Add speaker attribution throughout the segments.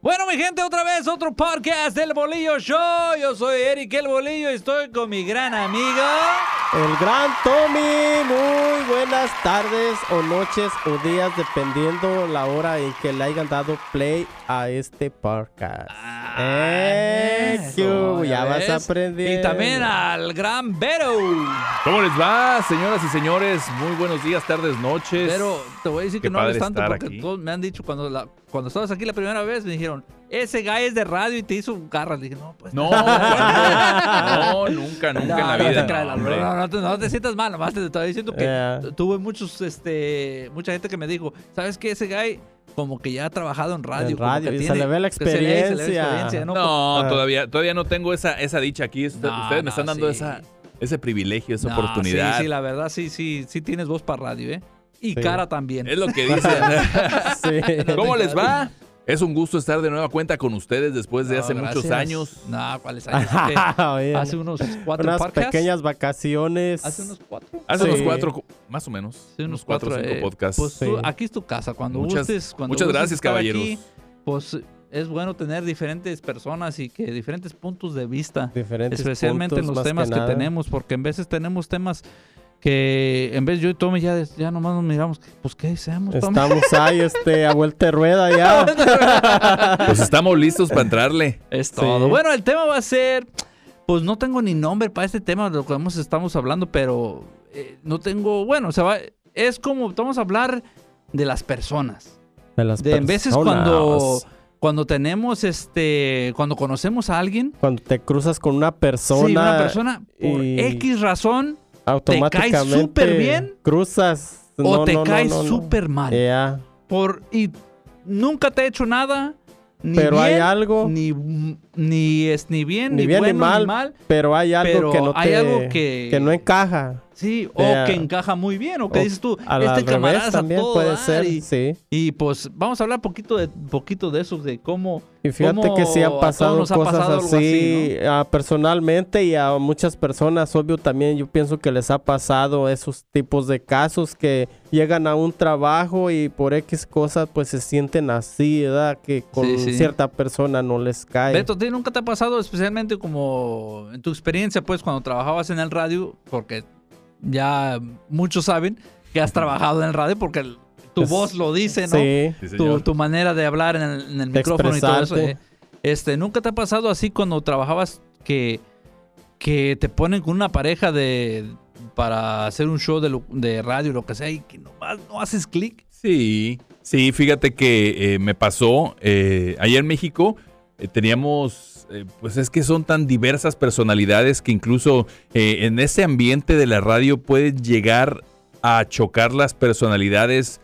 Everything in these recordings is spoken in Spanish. Speaker 1: Bueno, mi gente, otra vez otro podcast del Bolillo Show. Yo soy Eric El Bolillo y estoy con mi gran amigo.
Speaker 2: El gran Tommy, muy buenas tardes o noches o días, dependiendo la hora en que le hayan dado play a este podcast. Eh,
Speaker 1: Ah, Eso,
Speaker 2: Q, ya vas
Speaker 1: ves.
Speaker 2: a aprender.
Speaker 1: Y también al gran Vero.
Speaker 3: ¿Cómo les va, señoras y señores? Muy buenos días, tardes, noches.
Speaker 1: Pero te voy a decir
Speaker 3: Qué
Speaker 1: que no hables
Speaker 3: padre
Speaker 1: tanto
Speaker 3: estar
Speaker 1: porque
Speaker 3: aquí.
Speaker 1: todos me han dicho cuando, la- cuando estabas aquí la primera vez, me dijeron, ese guy es de radio y te hizo garras. Le dije, no, pues.
Speaker 3: No, ¿cuándo? no, nunca, nunca en la
Speaker 1: no
Speaker 3: vida.
Speaker 1: te creas,
Speaker 3: no,
Speaker 1: la-
Speaker 3: hombre.
Speaker 1: no, no te, no te sientas mal, nomás te estaba diciendo que
Speaker 2: Eh.
Speaker 1: tu- tuve muchos, este, mucha gente que me dijo, ¿sabes qué? Ese guy como que ya ha trabajado en radio. como
Speaker 2: radio,
Speaker 1: que
Speaker 2: y se le ve la
Speaker 1: que se le- se le ve
Speaker 2: experiencia.
Speaker 1: experiencia, ¿no?
Speaker 3: No,
Speaker 2: Ah.
Speaker 3: todavía, todavía no tengo esa, esa dicha aquí. Usted-
Speaker 1: No,
Speaker 3: Ustedes
Speaker 1: no,
Speaker 3: me están dando
Speaker 1: sí.
Speaker 3: esa, ese privilegio, esa
Speaker 1: No,
Speaker 3: oportunidad.
Speaker 1: Sí, sí, la verdad, sí, sí, sí tienes voz para radio, ¿eh? Y
Speaker 2: Sí.
Speaker 1: cara también.
Speaker 3: Es lo que dicen.
Speaker 2: Sí.
Speaker 3: ¿Cómo les va? Es un gusto estar de nueva cuenta con ustedes después de
Speaker 1: No,
Speaker 3: hace muchos
Speaker 1: gracias.
Speaker 3: años.
Speaker 1: No, ¿cuáles años? Hace-
Speaker 2: Ah, Oye,
Speaker 1: Hace unos cuatro
Speaker 2: unas
Speaker 1: podcasts.
Speaker 2: pequeñas vacaciones.
Speaker 1: Hace unos cuatro.
Speaker 3: Hace
Speaker 2: Sí.
Speaker 3: unos cuatro, cu- más o menos.
Speaker 1: Hace unos cuatro,
Speaker 3: o cinco
Speaker 1: eh,
Speaker 3: podcasts.
Speaker 1: Pues tú-
Speaker 2: Sí.
Speaker 1: aquí es tu casa. Cuando
Speaker 3: Muchas-
Speaker 1: gustes, cuando
Speaker 3: muchas
Speaker 1: gustes
Speaker 3: gracias,
Speaker 1: estar
Speaker 3: caballeros.
Speaker 1: aquí, pues es bueno tener diferentes personas y que diferentes puntos de vista,
Speaker 2: diferentes
Speaker 1: especialmente en los
Speaker 2: puntos, más
Speaker 1: temas que,
Speaker 2: nada.
Speaker 1: tenemos, porque en veces tenemos temas que en vez yo y Tommy ya, des- ya nomás nos miramos, pues ¿qué deseamos, Tommy?
Speaker 2: Estamos ahí, este, a vuelta de rueda ya.
Speaker 3: Pues estamos listos para entrarle.
Speaker 1: Es
Speaker 2: Sí.
Speaker 1: todo. Bueno, el tema va a ser. Pues no tengo ni nombre para este tema de lo que vamos- estamos hablando, pero eh, no tengo. Bueno, o sea, va- es como vamos a hablar de las personas.
Speaker 2: De las
Speaker 1: De en veces
Speaker 2: personas.
Speaker 1: cuando. Cuando tenemos este. Cuando conocemos a alguien.
Speaker 2: Cuando te cruzas con una persona,
Speaker 1: sí, una persona por
Speaker 2: y-
Speaker 1: X razón.
Speaker 2: automáticamente
Speaker 1: súper bien?
Speaker 2: cruzas.
Speaker 1: o
Speaker 2: No,
Speaker 1: te
Speaker 2: no, no,
Speaker 1: caes
Speaker 2: no, Eh. no.
Speaker 1: súper mal.
Speaker 2: Ya.
Speaker 1: Por, y nunca te he hecho nada. Ni
Speaker 2: Pero hay
Speaker 1: bien,
Speaker 2: algo,
Speaker 1: Ni, ni es ni bien, ni,
Speaker 2: Ni bien, ni
Speaker 1: bueno, Ni
Speaker 2: mal.
Speaker 1: mal.
Speaker 2: pero hay algo
Speaker 1: pero
Speaker 2: que no
Speaker 1: hay
Speaker 2: te-
Speaker 1: algo que-
Speaker 2: no encaja.
Speaker 1: Sí, o
Speaker 2: sea,
Speaker 1: que encaja muy bien, o que
Speaker 2: o
Speaker 1: dices tú,
Speaker 2: Al,
Speaker 1: este
Speaker 2: al
Speaker 1: camarada
Speaker 2: revés
Speaker 1: es a
Speaker 2: también
Speaker 1: todo
Speaker 2: puede
Speaker 1: dar",
Speaker 2: ser,
Speaker 1: Y,
Speaker 2: sí.
Speaker 1: y, pues vamos a hablar poquito de poquito de eso, de cómo...
Speaker 2: Y fíjate que sí
Speaker 1: a
Speaker 2: han
Speaker 1: todos
Speaker 2: pasado
Speaker 1: nos ha
Speaker 2: cosas
Speaker 1: pasado algo
Speaker 2: así,
Speaker 1: así,
Speaker 2: ah, personalmente y a muchas personas, obvio también yo pienso que les ha pasado esos tipos de casos que llegan a un trabajo y por X cosas pues se sienten así, ¿verdad? Que con
Speaker 1: Sí, sí.
Speaker 2: cierta persona no les cae.
Speaker 1: Beto, ¿a ti nunca te ha pasado especialmente como en tu experiencia, pues, cuando trabajabas en el radio? Porque ya muchos saben que has trabajado en el radio porque el- tu
Speaker 2: Es-
Speaker 1: voz lo dice, ¿no?
Speaker 2: Pues, Sí.
Speaker 3: Sí,
Speaker 1: tu,
Speaker 3: señor.
Speaker 1: tu manera de hablar en el, en el
Speaker 2: De
Speaker 1: micrófono y todo eso.
Speaker 2: expresarte.
Speaker 1: eh. Este, ¿Nunca te ha pasado así cuando trabajabas que, que te ponen con una pareja de para hacer un show de, lo- de radio lo que sea y que nomás no haces clic?
Speaker 3: Sí, sí, fíjate que eh, me pasó eh, allá en México. eh, teníamos, eh, pues es que son tan diversas personalidades que incluso eh, en ese ambiente de la radio pueden llegar a chocar las personalidades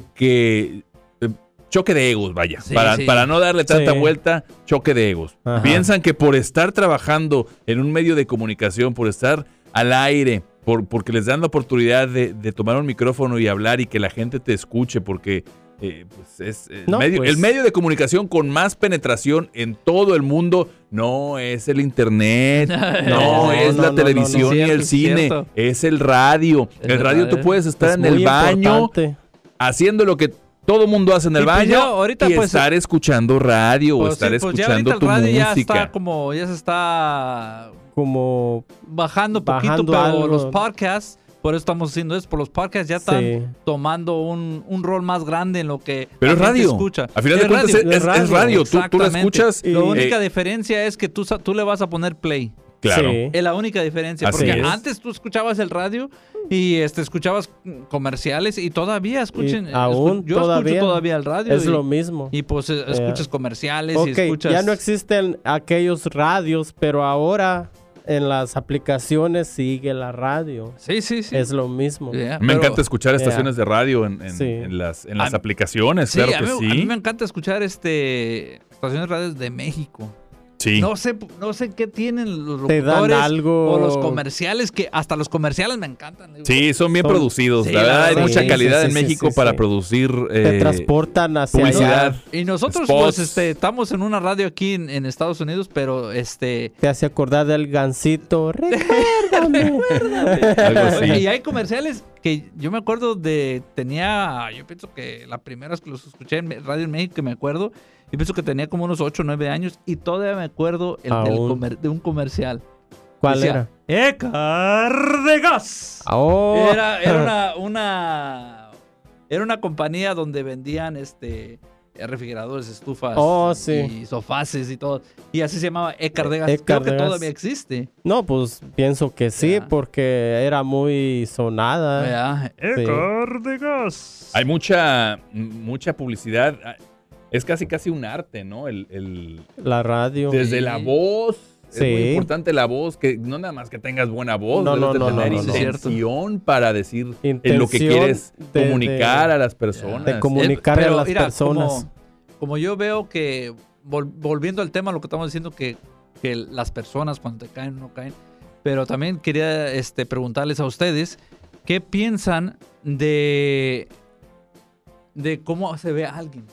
Speaker 3: porque eh, choque de egos, vaya.
Speaker 1: Sí,
Speaker 3: para,
Speaker 1: sí.
Speaker 3: para no darle tanta
Speaker 2: Sí.
Speaker 3: vuelta, choque de egos.
Speaker 2: Ajá.
Speaker 3: Piensan que por estar trabajando en un medio de comunicación, por estar al aire, por, porque les dan la oportunidad de, de tomar un micrófono y hablar y que la gente te escuche, porque eh, pues, es el,
Speaker 2: No,
Speaker 3: medio,
Speaker 2: pues.
Speaker 3: el medio de comunicación con más penetración en todo el mundo no es el internet, no,
Speaker 2: No,
Speaker 3: es
Speaker 2: no,
Speaker 3: la
Speaker 2: no,
Speaker 3: televisión
Speaker 1: no, no.
Speaker 3: y
Speaker 1: Cierto,
Speaker 3: el cine,
Speaker 1: cierto.
Speaker 3: es el radio.
Speaker 1: Es
Speaker 3: el radio
Speaker 1: verdad,
Speaker 3: tú
Speaker 1: eh.
Speaker 3: puedes estar
Speaker 2: Es
Speaker 3: en el
Speaker 2: muy
Speaker 3: baño
Speaker 2: importante.
Speaker 3: haciendo lo que todo mundo hace en el
Speaker 1: Y pues
Speaker 3: baño
Speaker 1: ya ahorita,
Speaker 3: y
Speaker 1: pues,
Speaker 3: estar escuchando radio o
Speaker 1: Pues
Speaker 3: estar
Speaker 1: sí, pues ya ahorita
Speaker 3: escuchando
Speaker 1: el
Speaker 3: tu
Speaker 1: radio ya
Speaker 3: música.
Speaker 1: está como, ya se está
Speaker 2: Como
Speaker 1: bajando poquito,
Speaker 2: Bajando
Speaker 1: pero
Speaker 2: algo.
Speaker 1: los podcasts, por eso estamos haciendo eso, por los podcasts ya están
Speaker 2: Sí.
Speaker 1: tomando un, un rol más grande en lo que la
Speaker 3: Pero es
Speaker 1: gente
Speaker 3: radio.
Speaker 1: escucha.
Speaker 3: A final
Speaker 1: Es
Speaker 3: de cuentas es,
Speaker 1: radio.
Speaker 2: es
Speaker 3: es radio.
Speaker 2: radio,
Speaker 3: Tú, tú la
Speaker 1: Exactamente.
Speaker 3: escuchas.
Speaker 1: La
Speaker 2: Y-
Speaker 1: única
Speaker 3: eh,
Speaker 1: diferencia es que tú, sa- tú le vas a poner play.
Speaker 3: claro.
Speaker 2: sí.
Speaker 1: Es la única diferencia.
Speaker 3: Así
Speaker 1: porque
Speaker 3: es.
Speaker 1: antes tú escuchabas el radio y este, escuchabas mm, comerciales y todavía escuchen.
Speaker 2: Y aún
Speaker 1: escu- yo
Speaker 2: todavía.
Speaker 1: escucho todavía el radio.
Speaker 2: es
Speaker 1: y,
Speaker 2: lo mismo.
Speaker 1: y, pues eh, escuchas comerciales
Speaker 2: Ok,
Speaker 1: y escuchas.
Speaker 2: ya no existen aquellos radios, pero ahora en las aplicaciones sigue la radio.
Speaker 1: Sí, sí, sí.
Speaker 2: Es lo mismo.
Speaker 1: Yeah,
Speaker 3: Me
Speaker 1: pero-
Speaker 3: encanta escuchar
Speaker 2: Yeah.
Speaker 3: estaciones de radio en, en-
Speaker 2: Sí.
Speaker 3: en las, en las
Speaker 1: A-
Speaker 3: aplicaciones,
Speaker 1: Sí,
Speaker 3: claro
Speaker 1: a,
Speaker 3: que
Speaker 1: mí,
Speaker 3: sí.
Speaker 1: a mí me encanta escuchar este estaciones radios de México.
Speaker 3: Sí.
Speaker 1: No sé, no sé qué tienen los
Speaker 2: Te
Speaker 1: locutores
Speaker 2: dan algo.
Speaker 1: o los comerciales que hasta los comerciales me encantan. Digo,
Speaker 3: Sí, son bien
Speaker 2: Son-
Speaker 3: producidos.
Speaker 1: Sí,
Speaker 3: la verdad,
Speaker 1: la
Speaker 3: hay
Speaker 1: verdad,
Speaker 3: mucha
Speaker 1: sí,
Speaker 3: calidad
Speaker 2: sí,
Speaker 3: en
Speaker 2: sí,
Speaker 3: México
Speaker 2: sí,
Speaker 3: para
Speaker 2: sí.
Speaker 3: producir
Speaker 2: Te
Speaker 3: eh,
Speaker 2: transportan hacia
Speaker 3: publicidad.
Speaker 2: allá.
Speaker 1: Y nosotros
Speaker 3: Spots.
Speaker 1: pues este, estamos en una radio aquí en, en Estados Unidos, pero este
Speaker 2: Te hace acordar del gancito. Recuérdame.
Speaker 3: Algo
Speaker 1: oye, y
Speaker 3: así.
Speaker 1: hay comerciales que yo me acuerdo de tenía yo pienso que la primera vez que los escuché en me- radio en México que me acuerdo Yo pienso que tenía como unos 8 o 9 años y todavía me acuerdo el, del
Speaker 2: Aún.
Speaker 1: comer- de un comercial.
Speaker 2: ¿Cuál
Speaker 1: Decía,
Speaker 2: era?
Speaker 1: "Ecar de gas".
Speaker 2: Oh.
Speaker 1: Era, era una, una- Era una compañía donde vendían este eh, refrigeradores, estufas
Speaker 2: Oh, sí. E-
Speaker 1: y sofaces y todo. Y así se llamaba Ecar de gas.
Speaker 2: Ecar
Speaker 1: Creo que
Speaker 2: de gas.
Speaker 1: todavía existe.
Speaker 2: No, pues pienso que sí,
Speaker 1: Ya.
Speaker 2: porque era muy sonada.
Speaker 1: ¿verdad?
Speaker 2: Sí.
Speaker 3: Hay mucha, mucha publicidad. Ah, Es casi casi un arte, ¿no? El, el-
Speaker 2: La radio.
Speaker 3: desde
Speaker 1: Sí.
Speaker 3: la voz. Es
Speaker 2: Sí.
Speaker 3: muy importante la voz, que no nada más que tengas buena voz,
Speaker 2: No,
Speaker 3: debes
Speaker 2: no,
Speaker 3: de
Speaker 2: no,
Speaker 3: tener
Speaker 1: no, no, no.
Speaker 3: intención para decir en lo que
Speaker 2: Intención
Speaker 3: quieres
Speaker 2: de-
Speaker 3: comunicar
Speaker 2: de-
Speaker 3: a las personas.
Speaker 2: de comu- comunicarle a las personas.
Speaker 1: Como, como yo veo que, vol- volviendo al tema, lo que estamos diciendo, que, que las personas cuando te caen no caen, pero también quería este, preguntarles a ustedes, ¿qué piensan de, de cómo se ve a alguien?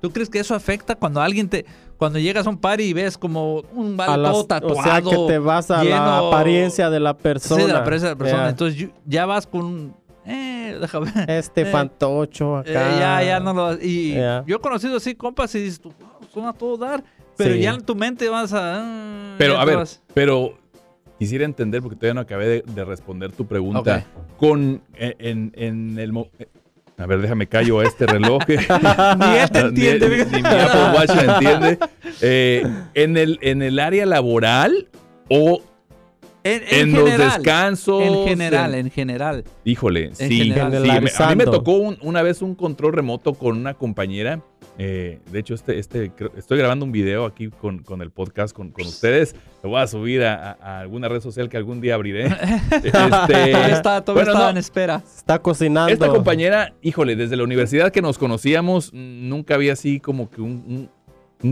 Speaker 1: ¿Tú crees que eso afecta cuando alguien te... Cuando llegas a un party y ves como un
Speaker 2: a
Speaker 1: vato
Speaker 2: las-
Speaker 1: todo
Speaker 2: o sea
Speaker 1: tatuado?
Speaker 2: que te vas a la
Speaker 1: lleno-
Speaker 2: apariencia de la persona.
Speaker 1: Sí, de la apariencia de la persona.
Speaker 2: Ya.
Speaker 1: Entonces yo- ya vas con un... Eh, déjame ver.
Speaker 2: Este
Speaker 1: Eh,
Speaker 2: fantocho
Speaker 1: Eh,
Speaker 2: acá.
Speaker 1: ya, ya no lo. Y
Speaker 2: Ya.
Speaker 1: yo he conocido así compas y dices, tú, "Wow, son a todo dar. Pero
Speaker 2: Sí.
Speaker 1: ya en tu mente vas a. "Ah,
Speaker 3: Pero
Speaker 1: ya
Speaker 3: a
Speaker 1: te
Speaker 3: ver,
Speaker 1: vas".
Speaker 3: pero quisiera entender, porque todavía no acabé de, de responder tu pregunta. Con eh, en, en el mo- eh, a ver, déjame callo a este reloj.
Speaker 1: Ni él te
Speaker 3: Ni-
Speaker 1: entiende.
Speaker 3: Ni,
Speaker 1: fíjate.
Speaker 3: ni mi Apple Watch me entiende. Eh, en, el, en el área laboral o
Speaker 1: en, en
Speaker 3: en, los
Speaker 1: general.
Speaker 3: descansos.
Speaker 1: en general,
Speaker 3: en-
Speaker 1: en general.
Speaker 3: híjole, sí.
Speaker 1: general.
Speaker 3: sí, me- a mí me
Speaker 2: Generalizando.
Speaker 3: tocó un- una vez un control remoto con una compañera. eh, de hecho, este, este, creo- estoy grabando un video aquí con, con el podcast con, con ustedes. Lo voy a subir a, a- a alguna red social que algún día abriré. Este,
Speaker 1: Todavía está, todavía
Speaker 3: bueno,
Speaker 1: estaba
Speaker 3: no,
Speaker 1: en espera.
Speaker 2: Está cocinando.
Speaker 3: esta compañera, híjole, desde la universidad que nos conocíamos, mm, nunca había así como que un, un,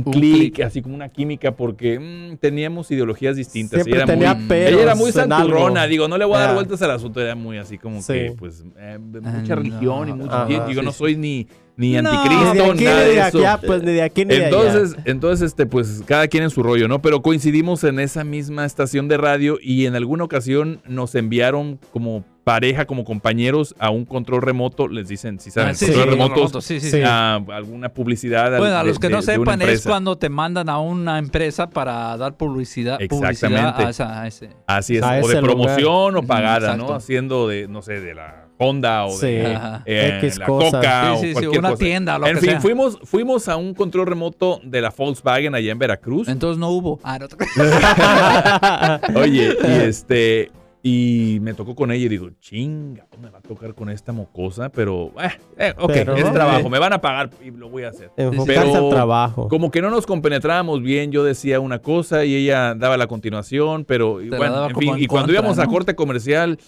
Speaker 3: un clic, así como una química, porque mm, teníamos ideologías distintas.
Speaker 2: Siempre
Speaker 3: Ella era
Speaker 2: tenía
Speaker 1: muy-
Speaker 2: pelos
Speaker 3: ella era muy
Speaker 2: en algo.
Speaker 3: santurrona, digo, no le voy a dar
Speaker 2: Ah.
Speaker 3: vueltas al asunto, era muy así como
Speaker 2: Sí.
Speaker 3: que, pues, eh, mucha
Speaker 1: Ah,
Speaker 3: religión y
Speaker 1: no.
Speaker 3: mucho.
Speaker 2: Ajá,
Speaker 3: y- digo,
Speaker 1: sí,
Speaker 3: no
Speaker 1: sí.
Speaker 3: soy ni,
Speaker 1: No.
Speaker 2: Ni
Speaker 3: ni
Speaker 2: de
Speaker 3: anticristo,
Speaker 2: aquí ni
Speaker 3: nada
Speaker 2: de
Speaker 3: de eso.
Speaker 2: allá, pues ni de aquí ni de allá.
Speaker 3: Entonces, entonces, este, pues cada quien en su rollo, ¿no? Pero coincidimos en esa misma estación de radio y en alguna ocasión nos enviaron como pareja, como compañeros, a un control remoto. Les dicen, si saben,
Speaker 1: Ah, sí, sí,
Speaker 3: control
Speaker 1: sí,
Speaker 3: remotos,
Speaker 1: remoto, sí, sí, sí.
Speaker 2: Sí.
Speaker 3: a alguna publicidad. al-
Speaker 1: Bueno, a
Speaker 3: Ah, de-
Speaker 1: los que
Speaker 3: de-
Speaker 1: no
Speaker 3: de una
Speaker 1: sepan, es
Speaker 3: empresa.
Speaker 1: cuando te mandan a una empresa para dar publicidad, publicidad
Speaker 3: Exactamente.
Speaker 1: a, esa- a ese.
Speaker 3: Así es,
Speaker 2: A
Speaker 3: o
Speaker 2: ese
Speaker 3: de
Speaker 2: lugar.
Speaker 3: promoción o
Speaker 1: Ujú,
Speaker 3: pagada,
Speaker 1: exacto.
Speaker 3: ¿no? Haciendo de, no sé, de la Honda o de
Speaker 2: Sí.
Speaker 1: Ajá.
Speaker 3: eh,
Speaker 2: X
Speaker 3: la
Speaker 2: cosa.
Speaker 3: Coca
Speaker 1: Sí,
Speaker 3: o
Speaker 1: sí, sí,
Speaker 3: cualquier
Speaker 1: una
Speaker 3: cosa.
Speaker 1: tienda, lo
Speaker 3: en
Speaker 1: que
Speaker 3: fin,
Speaker 1: sea.
Speaker 3: fuimos, fuimos a un control remoto de la Volkswagen allá en Veracruz.
Speaker 1: Entonces no hubo. Ah, no.
Speaker 3: Oye, y este. Y me tocó con ella y digo, chinga, me va a tocar con esta mocosa, pero. eh, eh, ok,
Speaker 2: Pero-
Speaker 3: es trabajo, me van a pagar y lo voy a hacer.
Speaker 2: Enfocarse
Speaker 3: Pero-
Speaker 2: al trabajo.
Speaker 3: Como que no nos compenetrábamos bien, yo decía una cosa y ella daba la continuación, pero y
Speaker 1: Te la
Speaker 3: bueno,
Speaker 1: daba
Speaker 3: en
Speaker 1: como
Speaker 3: fin,
Speaker 1: en
Speaker 3: y cuando
Speaker 1: contra,
Speaker 3: íbamos a
Speaker 1: ¿no?
Speaker 3: corte comercial,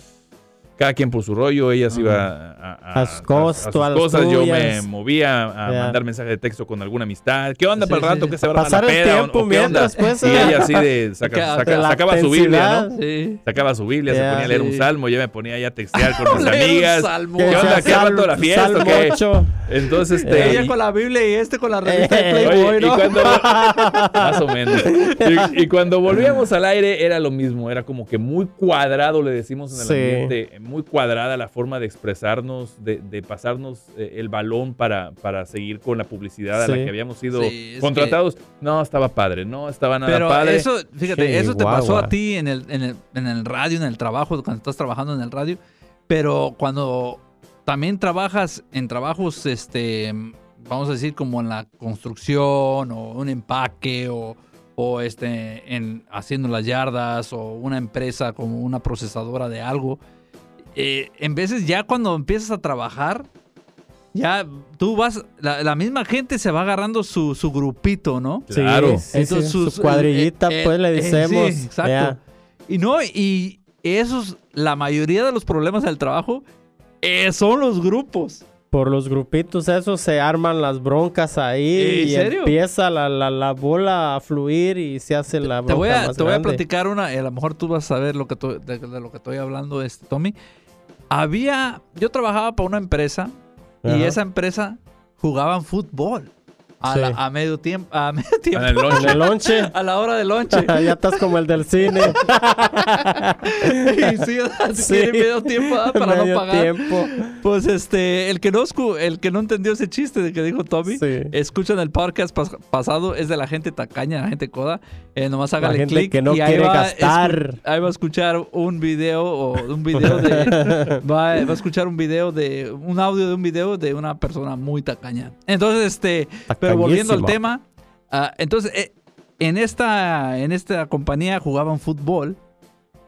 Speaker 3: cada quien por su rollo, ella
Speaker 1: Ajá.
Speaker 3: se iba a, a- a-
Speaker 2: A sus cosas,
Speaker 3: a sus
Speaker 2: tú a las
Speaker 3: cosas, yo me
Speaker 2: tuyas.
Speaker 3: movía a
Speaker 2: Ya.
Speaker 3: mandar mensaje de texto con alguna amistad, ¿qué onda
Speaker 1: Sí,
Speaker 3: para el
Speaker 1: sí,
Speaker 3: rato
Speaker 1: sí.
Speaker 3: que se va a armar
Speaker 2: Pasar
Speaker 3: la
Speaker 2: el
Speaker 3: peda o-
Speaker 2: tiempo
Speaker 3: o qué onda?
Speaker 2: mientras, pues.
Speaker 1: ¿eh?
Speaker 3: Y ella así de saca-
Speaker 1: Acá,
Speaker 3: saca-
Speaker 2: de la
Speaker 3: sacaba su Biblia, ¿no?
Speaker 2: intensidad.
Speaker 1: Sí.
Speaker 3: Sacaba su Biblia,
Speaker 2: Ya,
Speaker 3: se ponía a leer un
Speaker 1: sí.
Speaker 3: salmo, yo me ponía ya a textear con mis
Speaker 1: Leer un
Speaker 3: amigas.
Speaker 1: salmo.
Speaker 3: ¿Qué
Speaker 1: Que
Speaker 3: onda?
Speaker 2: sea
Speaker 3: ¿Qué rato
Speaker 2: Sal-
Speaker 3: la fiesta? o
Speaker 2: Salmo
Speaker 3: qué?
Speaker 2: 8.
Speaker 3: Entonces, este.
Speaker 1: Ella
Speaker 3: y-
Speaker 1: con la Biblia y este con la revista de
Speaker 2: Eh,
Speaker 1: Playboy,
Speaker 3: Oye,
Speaker 1: ¿no?
Speaker 3: y cuando, más o menos. Y, y cuando volvíamos al aire era lo mismo, era como que muy cuadrado, le decimos en el
Speaker 2: Sí.
Speaker 3: ambiente, muy cuadrada la forma de expresarnos, de, de pasarnos eh, el balón para, para seguir con la publicidad a la
Speaker 2: Sí.
Speaker 3: que habíamos sido
Speaker 1: Sí, es
Speaker 3: contratados. No, estaba padre, no estaba nada
Speaker 1: Pero
Speaker 3: padre.
Speaker 1: eso, fíjate,
Speaker 2: Sí,
Speaker 1: eso te
Speaker 2: guau,
Speaker 1: pasó
Speaker 2: guau.
Speaker 1: a ti en el, en, el, en el radio, en el trabajo, cuando estás trabajando en el radio. Pero cuando también trabajas en trabajos, este, vamos a decir, como en la construcción o un empaque o, o este, en haciendo las yardas o una empresa como una procesadora de algo. eh, en veces ya cuando empiezas a trabajar, ya tú vas, la, la misma gente se va agarrando su, su grupito, ¿no?
Speaker 2: Sí,
Speaker 3: Claro.
Speaker 2: sí, sí,
Speaker 1: Entonces,
Speaker 2: su
Speaker 1: sus-
Speaker 2: cuadrillita,
Speaker 1: eh,
Speaker 2: pues le
Speaker 1: eh,
Speaker 2: decimos.
Speaker 1: sí, exacto.
Speaker 2: ya.
Speaker 1: Y no, y esos, la mayoría de los problemas del trabajo eh, son los grupos.
Speaker 2: Por los grupitos esos se arman las broncas ahí
Speaker 1: ¿En
Speaker 2: y
Speaker 1: serio?
Speaker 2: empieza la, la, la bola a fluir y se hace la bronca
Speaker 1: Te voy, a,
Speaker 2: más
Speaker 1: te voy a
Speaker 2: grande.
Speaker 1: platicar una, y a lo mejor tú vas a saber lo que to- de, de lo que estoy hablando, este, Tommy. Había, yo trabajaba para una empresa y
Speaker 2: Ajá.
Speaker 1: esa empresa jugaban fútbol. a,
Speaker 2: Sí.
Speaker 1: la- a medio tiempo, a medio tiempo,
Speaker 3: Para el lunch.
Speaker 2: En el lonche.
Speaker 1: a la hora del lonche.
Speaker 2: Ya estás como el del cine.
Speaker 1: y sí, si
Speaker 2: Sí.
Speaker 1: quieren medio tiempo ah, para
Speaker 2: Medio
Speaker 1: no pagar.
Speaker 2: tiempo.
Speaker 1: Pues este, el que no escu- el que no entendió ese chiste de que dijo Tommy,
Speaker 2: Sí.
Speaker 1: escuchan el podcast pas- pasado, es de la gente tacaña, la gente coda. Eh, nomás hágale
Speaker 2: gente
Speaker 1: clic
Speaker 2: que no
Speaker 1: y ahí
Speaker 2: quiere
Speaker 1: va a
Speaker 2: gastar.
Speaker 1: escu- Ahí va a escuchar un video o un video de va, va a escuchar un video de un audio de un video de una persona muy tacaña. Entonces, este, pero volviendo al
Speaker 2: Tacañísima.
Speaker 1: tema, ah, entonces eh, en esta en esta compañía jugaban fútbol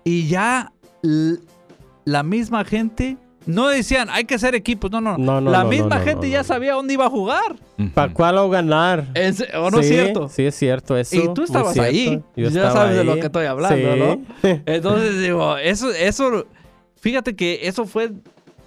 Speaker 1: y ya l- la misma gente no decían, hay que hacer equipos. No, no,
Speaker 2: No, no,
Speaker 1: La
Speaker 2: no,
Speaker 1: misma
Speaker 2: no, no,
Speaker 1: gente
Speaker 2: no,
Speaker 1: ya
Speaker 2: no.
Speaker 1: sabía dónde iba a jugar.
Speaker 3: Ujú.
Speaker 2: ¿Para cuál o ganar?
Speaker 1: En se- ¿O Eh, no es
Speaker 2: sí,
Speaker 1: cierto?
Speaker 2: Sí, es cierto eso.
Speaker 1: Y tú
Speaker 2: muy
Speaker 1: estabas
Speaker 2: cierto.
Speaker 1: ahí. Ya
Speaker 2: Yo estaba
Speaker 1: sabes de lo
Speaker 2: ahí.
Speaker 1: que estoy hablando,
Speaker 2: Sí.
Speaker 1: ¿no? Entonces digo, eso, eso, fíjate que eso fue